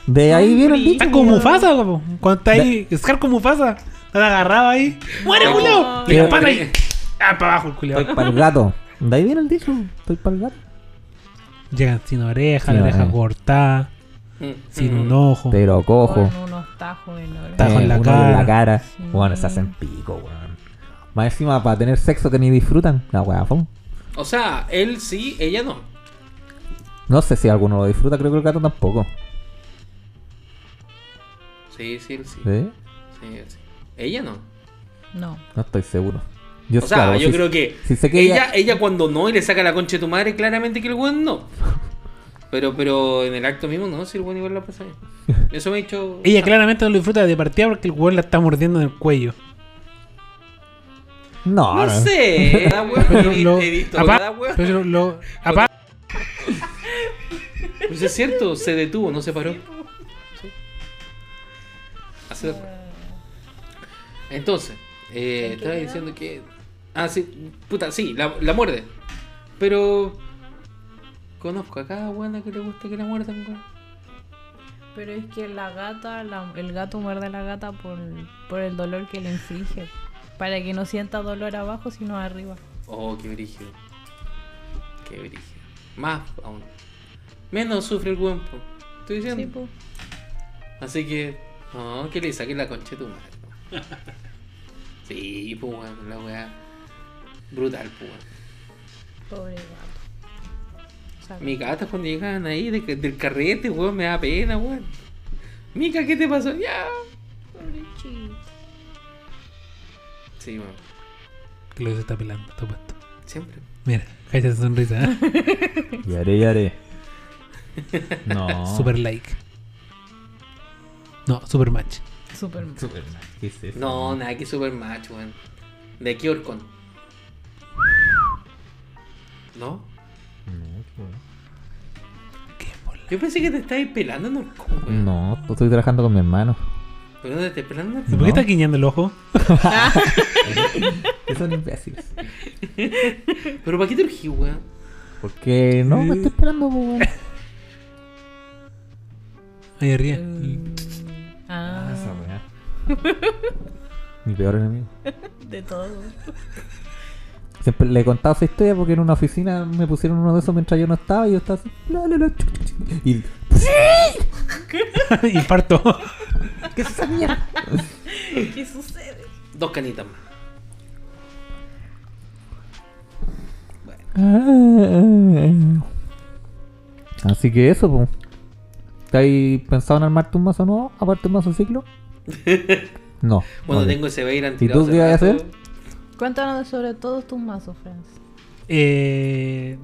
De ahí viene el bicho.
Está como Mufasa, como. Cuando está ahí, Scar como Mufasa. Está agarrado ahí. ¡Muere, culiao! Y la
Pero-
pata ahí. ¡Ah, para abajo el culiao!
Estoy para el gato. De ahí viene el dicho. Estoy para el gato.
Llegan sin oreja,
Sin
la oreja
oreja.
cortada,
Mm,
sin
mm.
un ojo.
Pero cojo. Eh,
Con unos tajos enormes.
Tajo en la
uno en
cara.
la cara.
Sí.
Bueno, se hacen pico, weón. Más encima para tener sexo que ni disfrutan. La weá, fue.
O sea, él sí, ella no.
No sé si alguno lo disfruta, creo que el gato tampoco.
Sí, sí, él sí.
¿Sí?
Sí, él sí. Ella no.
No.
No estoy seguro. Yo,
O sea,
claro,
yo
si-
creo que,
si sé que
ella,
ella-
ella... cuando no y le saca la concha de tu madre, claramente que el weón no. Pero, pero en el acto mismo no, si el weón igual la pasa bien. Eso me ha dicho.
Ella claramente no lo disfruta de partida porque el weón la está mordiendo en el cuello.
No,
No
no.
sé, la weón,
Pero
he-
lo.
he visto
apá-
cada weón.
pero lo- apá-
Pues es cierto, se detuvo, no se paró. Sí. Así de- Entonces, eh, estaba diciendo que. Ah, sí, puta, sí, la, la muerde. Pero. Conozco a cada buena que le gusta que la muerdan, weón.
Pero es que la gata, la- el gato muerde a la gata por, por el dolor que le inflige. Para que no sienta dolor abajo, sino arriba.
Oh, qué brígido. Qué brígido. Más aún. Menos sufre el buen po. Estoy diciendo.
Sí, po.
Así que. No, que le saqué la concha de tu madre. po. sí, pues weón, la weá. Brutal, pues
Pobre gato. O sea,
Mis gatas cuando llegaban ahí de- del carrete, weón, me da pena, weón. Mica, ¿qué te pasó? Ya.
pobre chico.
Sí, weón.
Claudio se está pelando, está puesto.
Siempre.
Mira, cállate esa sonrisa. ¿eh?
Yaré, yaré. No.
Super like. No, super match.
Superman.
Super. ¿Qué es eso?
No, nada que super macho, weón. De aquí Orcon. ¿No?
No, qué bueno.
Qué bola.
Yo pensé que te estabas pelando en Orcon, weón.
Pues No, estoy trabajando con mi hermano.
¿Pero no te estás pelando
¿Y
en
¿Por
Orcón?
No.
qué está guiñando el ojo?
Son imbéciles.
¿Pero para qué te urgí, weón?
Porque no, me estoy esperando, po, weón.
Ahí arriba.
Ah,
Mi peor enemigo.
de todo.
Siempre le he contado esa historia porque en una oficina me pusieron uno de esos mientras yo no estaba y yo estaba así. la, la, la, chuc, chuc, chuc, y.
Infarto.
¿Qué es esa mierda?
¿Qué sucede?
Dos canitas más.
Ah, Así que eso, pues. ¿Estáis pensado en armarte un mazo nuevo? Aparte un mazo ciclo. No.
Bueno,
Ok.
tengo ese Beiran
¿Y tú qué vas a hacer?
Cuéntanos sobre todos tus mazos, Franz.
Eh,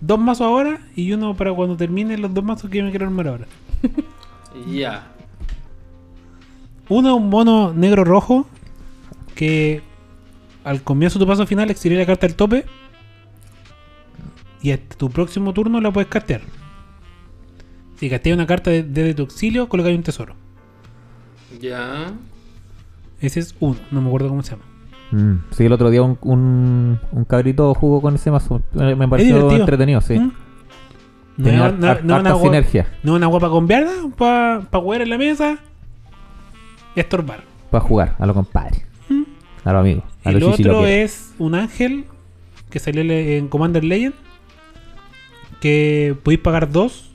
dos mazos ahora y uno para cuando termine los dos mazos que me quiero armar ahora.
Ya.
Uno es un mono negro rojo que al comienzo de tu paso final exilias la carta del tope y hasta tu próximo turno la puedes castear. Si casteas una carta de- desde tu exilio, colocas un tesoro.
Ya.
Ese es uno, no me acuerdo cómo se llama.
Mm, sí, el otro día un, un, un cabrito jugó con ese mazo. Eh, Me pareció
divertido.
entretenido, sí.
¿Mm? No
Tenía
es- no-
har-
no es una
harta
gua-
sinergia.
no es una guapa con verda para pa jugar en la mesa y estorbar.
Para jugar a los compadres.
¿Mm?
A los amigos. A
El
los
otro
chichiloqueros.
es un ángel que salió le- en Commander Legend. Que podéis pagar dos.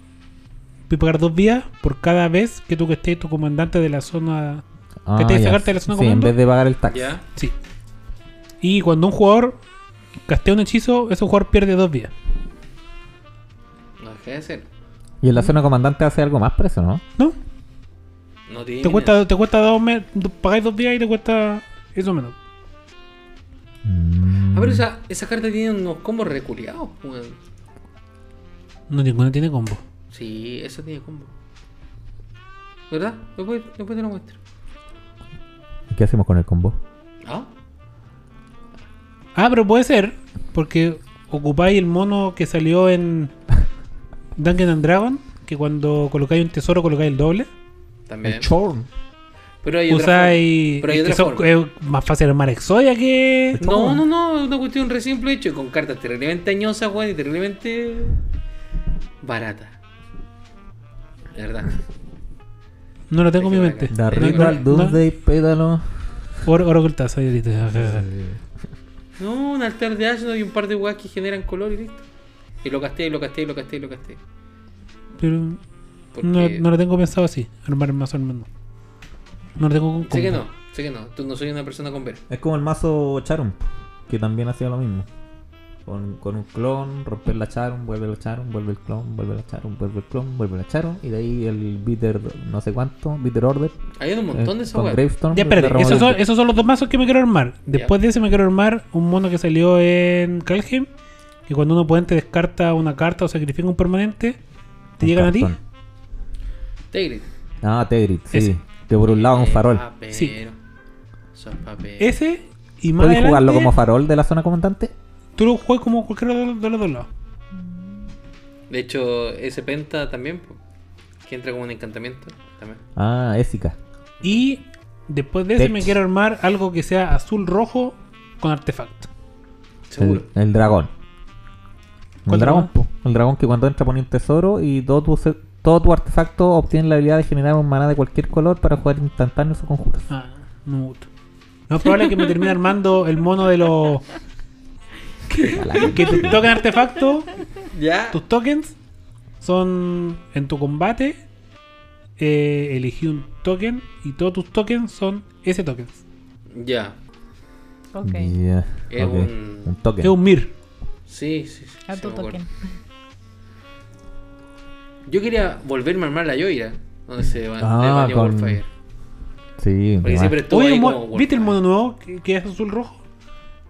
Podéis pagar dos vías por cada vez que tú que estés tu comandante de la zona.
Ah,
que te
ya,
sacarte de la zona
Sí, en
comando.
vez de pagar el tax.
Ya.
Sí. Y cuando un jugador castea un hechizo, ese jugador pierde dos vías.
No dejé de hacer.
Y en la zona comandante hace algo más por eso, ¿no?
¿No?
No tiene.
Te cuesta, te cuesta dos meses. Pagáis dos vías y te cuesta eso menos.
Ah, pero esa, esa carta tiene unos combos reculeados, weón.
No, ninguna tiene combo.
Sí, esa tiene combo. ¿Verdad? Después, después te lo muestro.
¿Y qué hacemos con el combo?
¿Ah?
Ah, pero puede ser. Porque ocupáis el mono que salió en Dungeon and Dragon. Que cuando colocáis un tesoro, colocáis el doble.
También.
El chorn.
Pero hay otra
Usáis.
forma. Pero hay
que
otra
son-
forma.
es más fácil armar Exodia que.
No, no, no, es una cuestión re simple hecho con cartas terriblemente añosas, weón, y terriblemente baratas. De verdad.
No lo tengo en mi
Hay que
mente.
ver
Da
Sí,
rico
pero-
al Doomsday, pédalo.
Ahora ahora ocultas, ahí ahorita.
No, un altar de asno y un par de weas que generan color y listo. Y lo casté, y lo casté, y lo casté, y lo casté.
Pero
Porque...
no, no lo tengo pensado así. Armar más o menos. No lo tengo con
Sé que
combo.
no, sé que no. Tú no soy una persona con ver.
Es como el mazo Charon, que también hacía lo mismo. Con, con un clon, romper la Charon, vuelve la Charon, vuelve el clon, vuelve la Charon, vuelve el clon, vuelve la Charon. Y de ahí el Bitter, no sé cuánto, Bitter Order.
Hay un montón
eh,
de esas
con
weas.
Gravestone,
Ya,
de
espérate,
Ramón
esos son,
Bitter.
esos son los dos mazos que me quiero armar. Después de ese me quiero armar un mono que salió en Calheim, que cuando un oponente descarta una carta o sacrifica un permanente, te
Un
llegan a ti.
cartón.
Tigre.
Ah, Tegrit, sí.
Ese. Ah,
Que por un lado un
Eh,
farol.
Papero.
Sí.
Sos papero.
Ese y más
¿Puedes
adelante,
jugarlo como farol de la zona comandante?
tú lo juegas como cualquiera de los, de los dos lados.
De hecho, ese penta también, po, que entra como un encantamiento. También.
Ah, Ésica.
Y después de ese
Tech.
me quiero armar algo que sea azul-rojo con artefacto.
Seguro.
El, el dragón. El
¿Cuál
dragón,
dragón?
po. El dragón que cuando entra pone un tesoro y todo tu, se- Todo tu artefacto obtiene la habilidad de generar un maná de cualquier color para jugar instantáneos o conjuros.
Ah, no me gusta. No es probable que me termine armando el mono de los. que tus token artefacto,
Ya.
tus tokens, son en tu combate. eh, elegí un token y todos tus tokens son ese tokens.
Ya.
Ok.
Yeah,
Es
ok.
un-
un toque.
Es un mir.
Sí, sí, sí.
Ah,
A
sí
tu
me acuerdo.
token.
Yo quería volverme a armar la Yoira. Donde se va
Ah,
de Baño
con-
Wolfire.
Sí,
Porque
nomás.
siempre estuvo
Oye,
ahí
mo-
como
¿viste el mono
Wolfire.
nuevo que, que es azul rojo?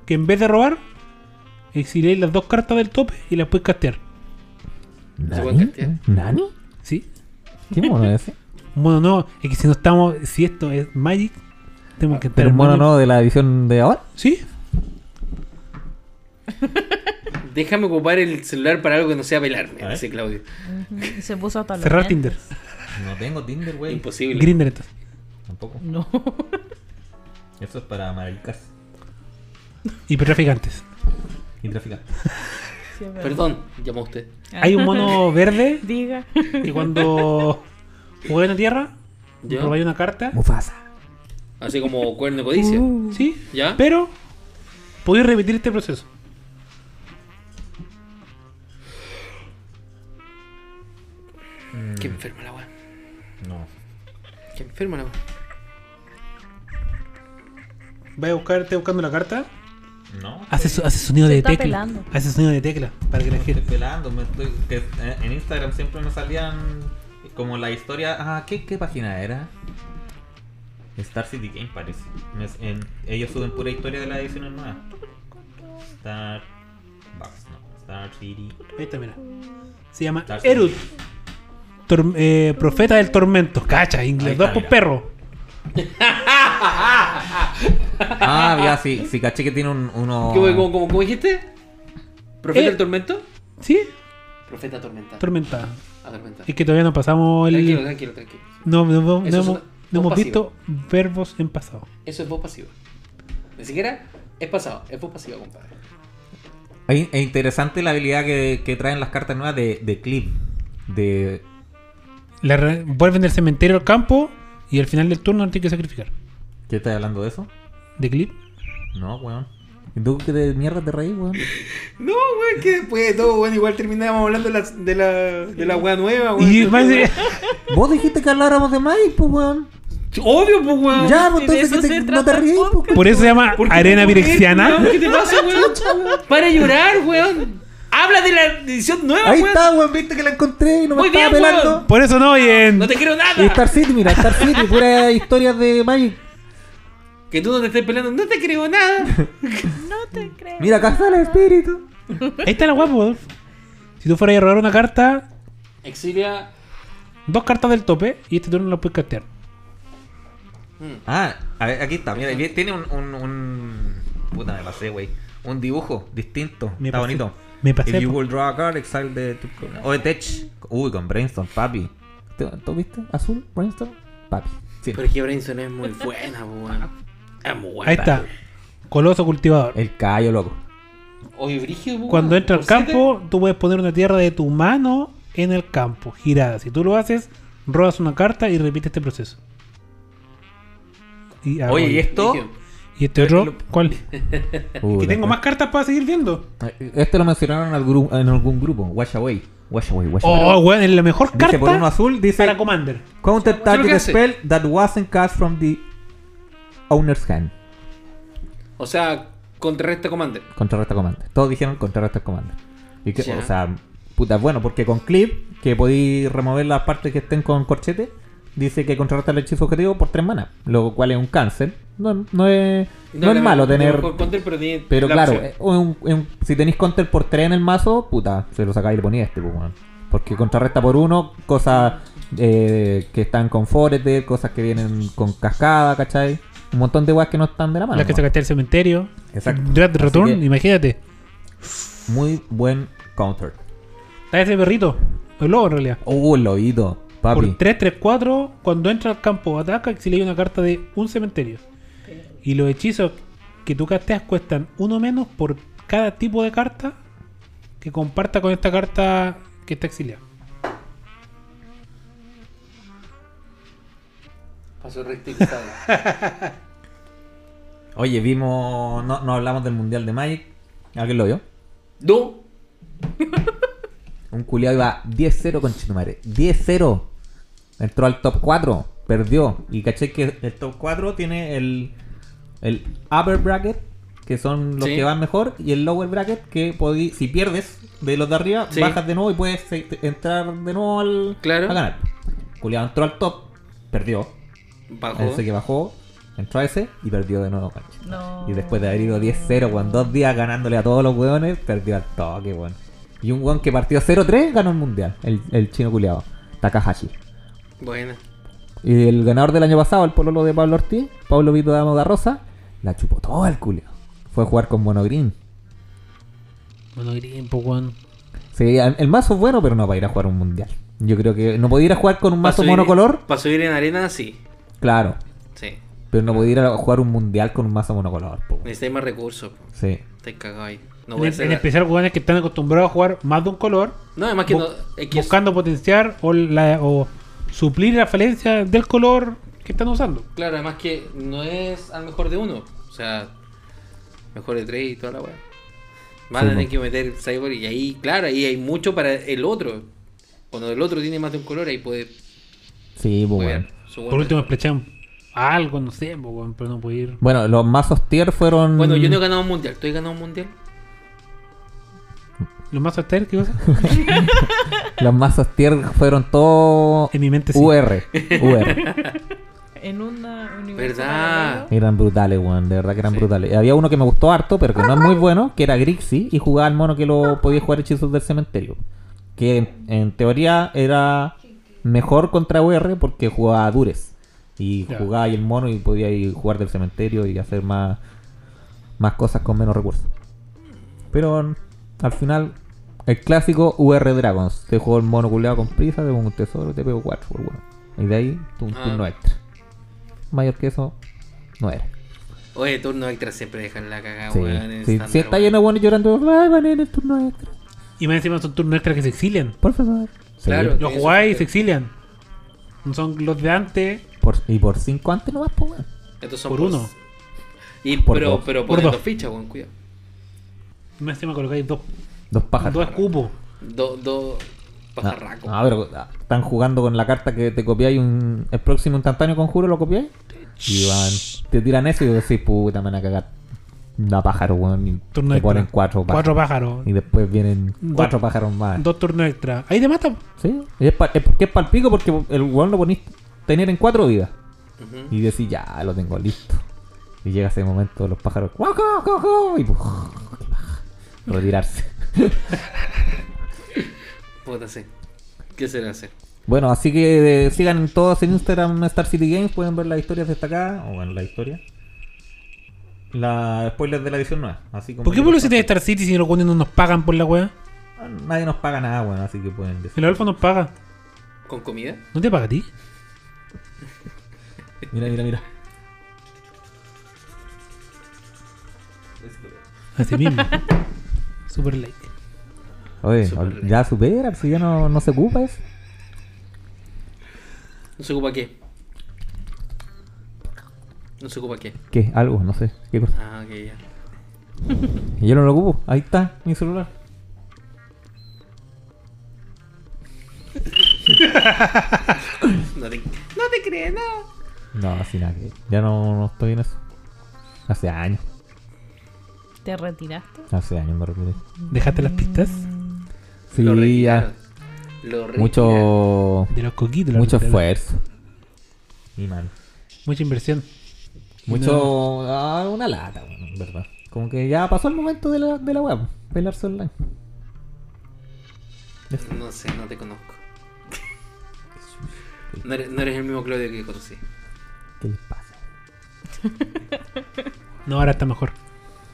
Que en vez de robar, exiliáis las dos cartas del tope y las puedes castear.
Se
¿Nani?
puede castear.
¿Nani?
¿Sí?
¿Qué mono es ese?
Un mono nuevo. Es que si no estamos. Si esto es Magic, tenemos que estar
¿Pero un
en
mono
Magic.
nuevo de la edición de ahora?
¿Sí?
Déjame ocupar el celular para algo que no sea velarme, dice Claudio.
Ujú. Se puso hasta los
Cerrar
lentes.
Tinder.
No tengo Tinder, güey.
Imposible.
Grinder entonces.
Tampoco.
No.
Eso es para maricas
Hipertraficantes.
y traficantes.
Sí, es verdad.
Perdón, llamó usted.
Ah.
Hay un mono verde
Diga.
que cuando jugué en la tierra,
¿Ya?
robáis una carta.
Mufasa.
Así como cuerno de codicia.
¿Sí?
¿Ya?
Pero podéis repetir este proceso.
Qué enferma la weá.
Mm, No.
Qué enferma la weá.
Vais a buscar, estáis buscando la carta.
No.
Hace, su- hace sonido
Se
de
está
tecla.
pelando.
Hace sonido de tecla para que la gente.
pelando. me estoy- que eh, en Instagram siempre me salían como la historia. Ah, ¿qué, qué página era? Star City Game parece. Me- en- ellos suben pura historia de la edición nueva. Star. Bucks, no. Star City.
Ahí está, mira. Se llama
Dark
Erut. Tor- eh, profeta del tormento. Cacha,
Ahí
inglés.
está,
Dos por
mira.
perro.
Ah, ya, sí, sí, caché que tiene un, uno.
¿Qué, weá? ¿Cómo, cómo, cómo dijiste? ¿Profeta
Eh.
el tormento?
¿Sí?
Profeta tormenta.
Tormenta.
Atormenta.
Es que todavía no pasamos el.
Tranquilo, tranquilo, tranquilo.
No, no, no, no
Eso es
hemos,
una-
no
un
hemos
pasivo.
visto verbos en pasado.
Eso es voz pasiva. Ni siquiera es pasado, es voz pasiva, compadre.
Es es interesante la habilidad que, que traen las cartas nuevas de, de Clip. De.
La re- vuelven del cementerio al campo y al final del turno no tienen que sacrificar.
¿Qué estás hablando de eso?
¿De clip?
No, weón. ¿Y tú qué de mierda te reís, weón?
No, weón, que después de todo, weón, igual terminábamos hablando de la, de la, de la weá nueva, weón.
Y más de-
Vos dijiste que habláramos de Magic, pues, weón.
Obvio, pues, weón.
Ya,
pues,
pues
si de entonces eso que te- se no
no
trata pues,
te
te el
ríes. pues.
ríes, po, podcast.
por eso se llama
¿Por qué
arena
no puedo creer, weón?
virexiana.
¿Qué te pasa, weón? Para llorar, weón. Habla de la edición nueva,
Ahí
weón.
está, weón, viste que la encontré y no me
Muy
estaba
bien, weón.
pelando.
Por eso no, y en.
No te quiero nada.
Y Star City, mira, Star City, pura historias de Magic.
Que tú no te estés peleando, no te creo nada.
No te creo.
Mira, acá está el espíritu.
Ahí está la guapo, Adolfo. Si tú fueras a robar una carta,
Exilia.
dos cartas del tope y este turno las puedes castear.
Ah, a ver, aquí está, mira, y tiene un, un, un- Puta, me pasé, güey. Un dibujo distinto,
Me
está
pasé.
bonito.
Me pasé,
If you
po.
will draw a card, exile the... O de Tech. Uy, con Brainstorm, papi. ¿Tú, tú viste? Azul, Brainstorm, papi. Sí.
Pero es que Branson es muy buena, weón. Es muy buena.
Ahí está. Coloso cultivador.
El callo, loco.
Oye, Brigio, weón.
Cuando entra al
por siete,
campo, tú puedes poner una tierra de tu mano en el campo, girada. Si tú lo haces, robas una carta y repite este proceso. Y, ah,
Oye, ¿y
este
esto?
Brigio.
¿y este otro? ¿Cuál?
Uh,
Que
la-
tengo más cartas para seguir viendo.
Este lo mencionaron en algún, en algún grupo. Wash Away. Wash Away, Wash Away.
Oh, weón, es la mejor
dice por uno
carta
azul, dice...
para Commander.
Counter
¿Sabes lo que
target
hace?
spell that wasn't cast from the owner's hand.
O sea, contrarresta Commander.
Contrarresta Commander. Todos dijeron contrarresta Commander. Y que,
Ya.
o sea, puta, bueno, porque con clip, que podéis remover las partes que estén con corchete, dice que contrarresta el hechizo objetivo por tres manas, lo cual es un cáncer. No, no es, no es
la-
malo
la
tener.
mejor counter, pero tiene
Pero
la
claro,
opción.
eh, un- un- si tenéis counter por 3 en el mazo, puta, se lo sacáis y le ponía este, pues, weón. Porque contrarresta por uno, cosas eh, que están con Forete, cosas que vienen con cascada, ¿cachai? Un montón de weas que no están de la mano.
la que
weón.
sacaste del cementerio.
Exacto.
Dread
Así
Return,
que-
imagínate.
Muy buen counter.
Está ese perrito. El lobo, en realidad.
Uh, el lobito, papi.
Por 3, 3, 4, cuando entra al campo ataca, exilia una carta de un cementerio. Y los hechizos que tú casteas cuestan uno menos por cada tipo de carta que comparta con esta carta que está exiliada.
Pasó rectificado.
Oye, vimos. No, no hablamos del mundial de Magic. ¿Alguien lo vio?
no,
Un culiado iba 10-0 con Chitumare. 10-0. Entró al top 4. Perdió. Y caché que el top 4 tiene el, el upper bracket, que son los
Sí.
que van mejor, y el lower bracket, que podí- si pierdes de los de arriba,
Sí.
bajas de nuevo y puedes eh, entrar de nuevo al,
Claro.
a ganar. Culiado entró al top, perdió.
bajó.
Ese Este que bajó, entró a ese y perdió de nuevo. con Chitumare.
No.
Y después de haber ido 10-0 con dos días ganándole a todos los weones, perdió al toque, weón. Y un weón que partió 0-3 ganó el mundial, el, el chino culiado, Takahashi.
Buena.
Y el ganador del año pasado, el pololo de Pablo Ortiz, Pablo Vito Damo da Rosa, la chupó todo al culiao. Fue a jugar con Monogreen.
Bueno, Green, po, weón.
Sí, el el mazo es bueno, pero no va a ir a jugar un mundial. Yo creo que no podía ir a jugar con un
Pa'
mazo
subir-
monocolor,
Para subir en arena, sí.
claro.
Sí.
Pero no podía ir a jugar un mundial con un mazo monocolor. po.
Necesitáis más recursos. po.
Sí.
Estáis cagados ahí. No
En,
voy a
en
hacer.
especial, weones que están acostumbrados a jugar más de un color,
No, además que
bu-
no. Es que
buscando potenciar o, la- o suplir la falencia del color que están usando.
Claro, además que no es al mejor de uno. O sea, mejor de tres y toda la weá. Van
Sí,
a tener
po.
que meter Cyborg y ahí, claro, ahí hay mucho para el otro. Cuando el otro tiene más de un color, ahí puede
Sí, pues
jugar
bueno.
su
Por
buena.
último, esplechan algo, no sé, po, weón, pero no puede ir.
Bueno, los mazos tier fueron.
Bueno, yo no he ganado un mundial. ¿Tú has ganado un mundial?
¿Los más aster, qué cosa?
Los mazos tier fueron todos
En mi mente sí.
UR. UR.
En una universo
¿Verdad?
paralelo.
Eran brutales, weón. De verdad que eran
Sí.
brutales. Y había uno que me gustó harto, pero que no es muy bueno, que era Grixie y jugaba al mono que lo podía jugar hechizos del cementerio. Que en, en teoría era mejor contra UR porque jugaba a Dures. Y
Ya.
jugaba ahí el mono y podía ir jugar del cementerio y hacer más, más cosas con menos recursos. Pero al final, el clásico UR Dragons. Te juego el mono culeado con prisa, te pongo un tesoro, te pego cuatro, por bueno. Y de ahí, tu un
Ah.
turno extra. Mayor que eso, no era.
Oye, turno extra siempre dejan la cagada,
Sí,
weón. en
sí,
estándar,
si está
weón.
lleno de buenos llorando, ay, van a ir el turno extra.
Y más encima son turnos extras que se exilian.
Por favor. Sí,
Claro.
Los
Eso
jugáis
sí.
y se exilian. No son los de antes.
por- y por 5 antes no vas, pues, weón.
Estos son
por uno.
Y,
Por
pero,
dos.
pero
Por
ponen
dos.
dos fichas, weón, cuidado.
Y más encima colocáis dos,
Dos pájaros.
dos cupos.
Dos dos pajarracos.
Ah, ah, pero ah, están jugando con la carta que te copiáis un, el próximo instantáneo conjuro, lo copiáis. Y van, te tiran eso y decís, puta, me van a cagar. Da pájaro, weón. Y te
Turno extra.
ponen cuatro pájaros.
Cuatro pájaros.
Y después vienen
Dos-
cuatro pájaros más.
Dos turnos extra. Ahí te matan.
Sí, y es, pa- es- que es pa'l pico porque el weón lo ponís tener en cuatro vidas.
Ujú.
Y decís, ya, lo tengo listo. Y llega ese momento, los pájaros, ¡cuau, cuau, cuau, cuau! Y ¡puf! qué paja. retirarse. ah.
Puta, sí. ¿Qué se le hace?
Bueno, así que eh, sigan todos en Instagram Star City Games, pueden ver las historias destacadas, o bueno, la historia. La spoilers de la edición nueva, así como
¿Por qué
yo
por
los
los de Star City si los cuando no nos pagan por la weá?
paso. ah, nadie nos paga nada, bueno, así que pueden decir.
El Alfa nos paga.
¿Con comida?
¿No te paga a ti?
Mira, mira, mira.
Así mismo. Super like.
Oye,
Súper bien.
ya supera, si ya no, no se ocupa eso.
¿No se ocupa qué? ¿No se ocupa qué?
¿Qué? Algo, no sé. ¿Qué cosa?
Ah, ok, ya.
Yo no lo ocupo, ahí está, mi celular.
No te, no te crees, no.
No, así nada, que ya no, no estoy en eso. Hace años,
¿Te retiraste?
hace años me retiré.
Dejaste las pistas
lo
Sí, ya.
retiraron. Lo retiraron.
Mucho,
de los coquitos. las
mucho
pistas.
esfuerzo. Y man.
Mucha inversión.
Mucho. ah, una lata, bueno, en verdad. Como que ya pasó el momento de la, de la web, pelarse online.
No sé, no te conozco. No eres, no eres el mismo Claudio que conocí.
¿Qué les pasa?
No, ahora está mejor.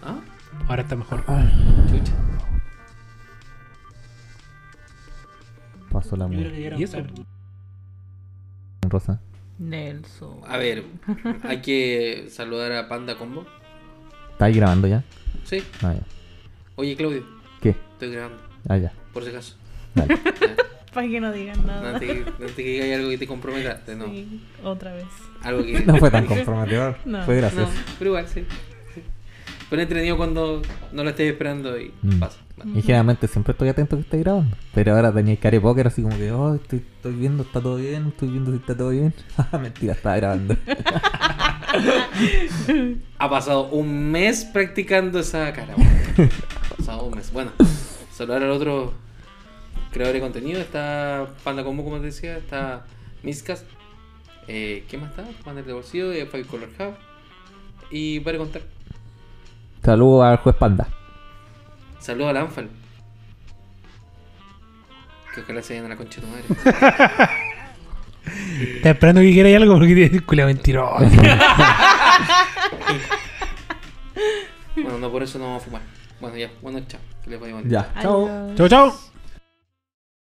¿Ah?
Ahora está mejor.
Chucha.
Pasó la
Yo creo
muerte,
que ya era un
¿Y eso?
cambio.
Rosa.
Nelson.
A ver, hay que saludar a Panda Combo.
¿Está ahí grabando ya?
Sí.
Ah, ya.
Oye, Claudio,
¿Qué?
estoy grabando,
Ah, ya.
por si acaso.
Dale.
Para que no digan nada.
No te, no te diga algo que te comprometa. No.
Sí, otra vez.
Algo que.
No fue tan comprometedor.
No.
Fue
No,
gracioso.
pero igual, sí. sí. Pero entretenido cuando no lo estés esperando y
Mm.
pasa. Vale.
Y generalmente siempre estoy atento que estoy grabando. Pero ahora tenía cara de póker así como que, oh, estoy, estoy viendo, está todo bien, estoy viendo si está todo bien. Ah, Mentira, estaba grabando.
Ha pasado un mes practicando esa cara. weón. Ha pasado un mes. Bueno, saludar al otro creador de contenido. Está Panda Combo, como te decía. Está Miscast. Eh, ¿Qué más está? Panda de Bolsillo, eh, Five Color Hub. Y para contar.
Saludos al juez Panda.
Saludos al Anfal. Que ojalá se vayan a la concha de tu madre.
Está esperando que quiera algo porque tiene culo mentiroso.
Bueno, no por eso no vamos a fumar. Bueno, ya. Bueno, chao. Que les vaya bonito.
Ya.
Adiós.
chao, chao.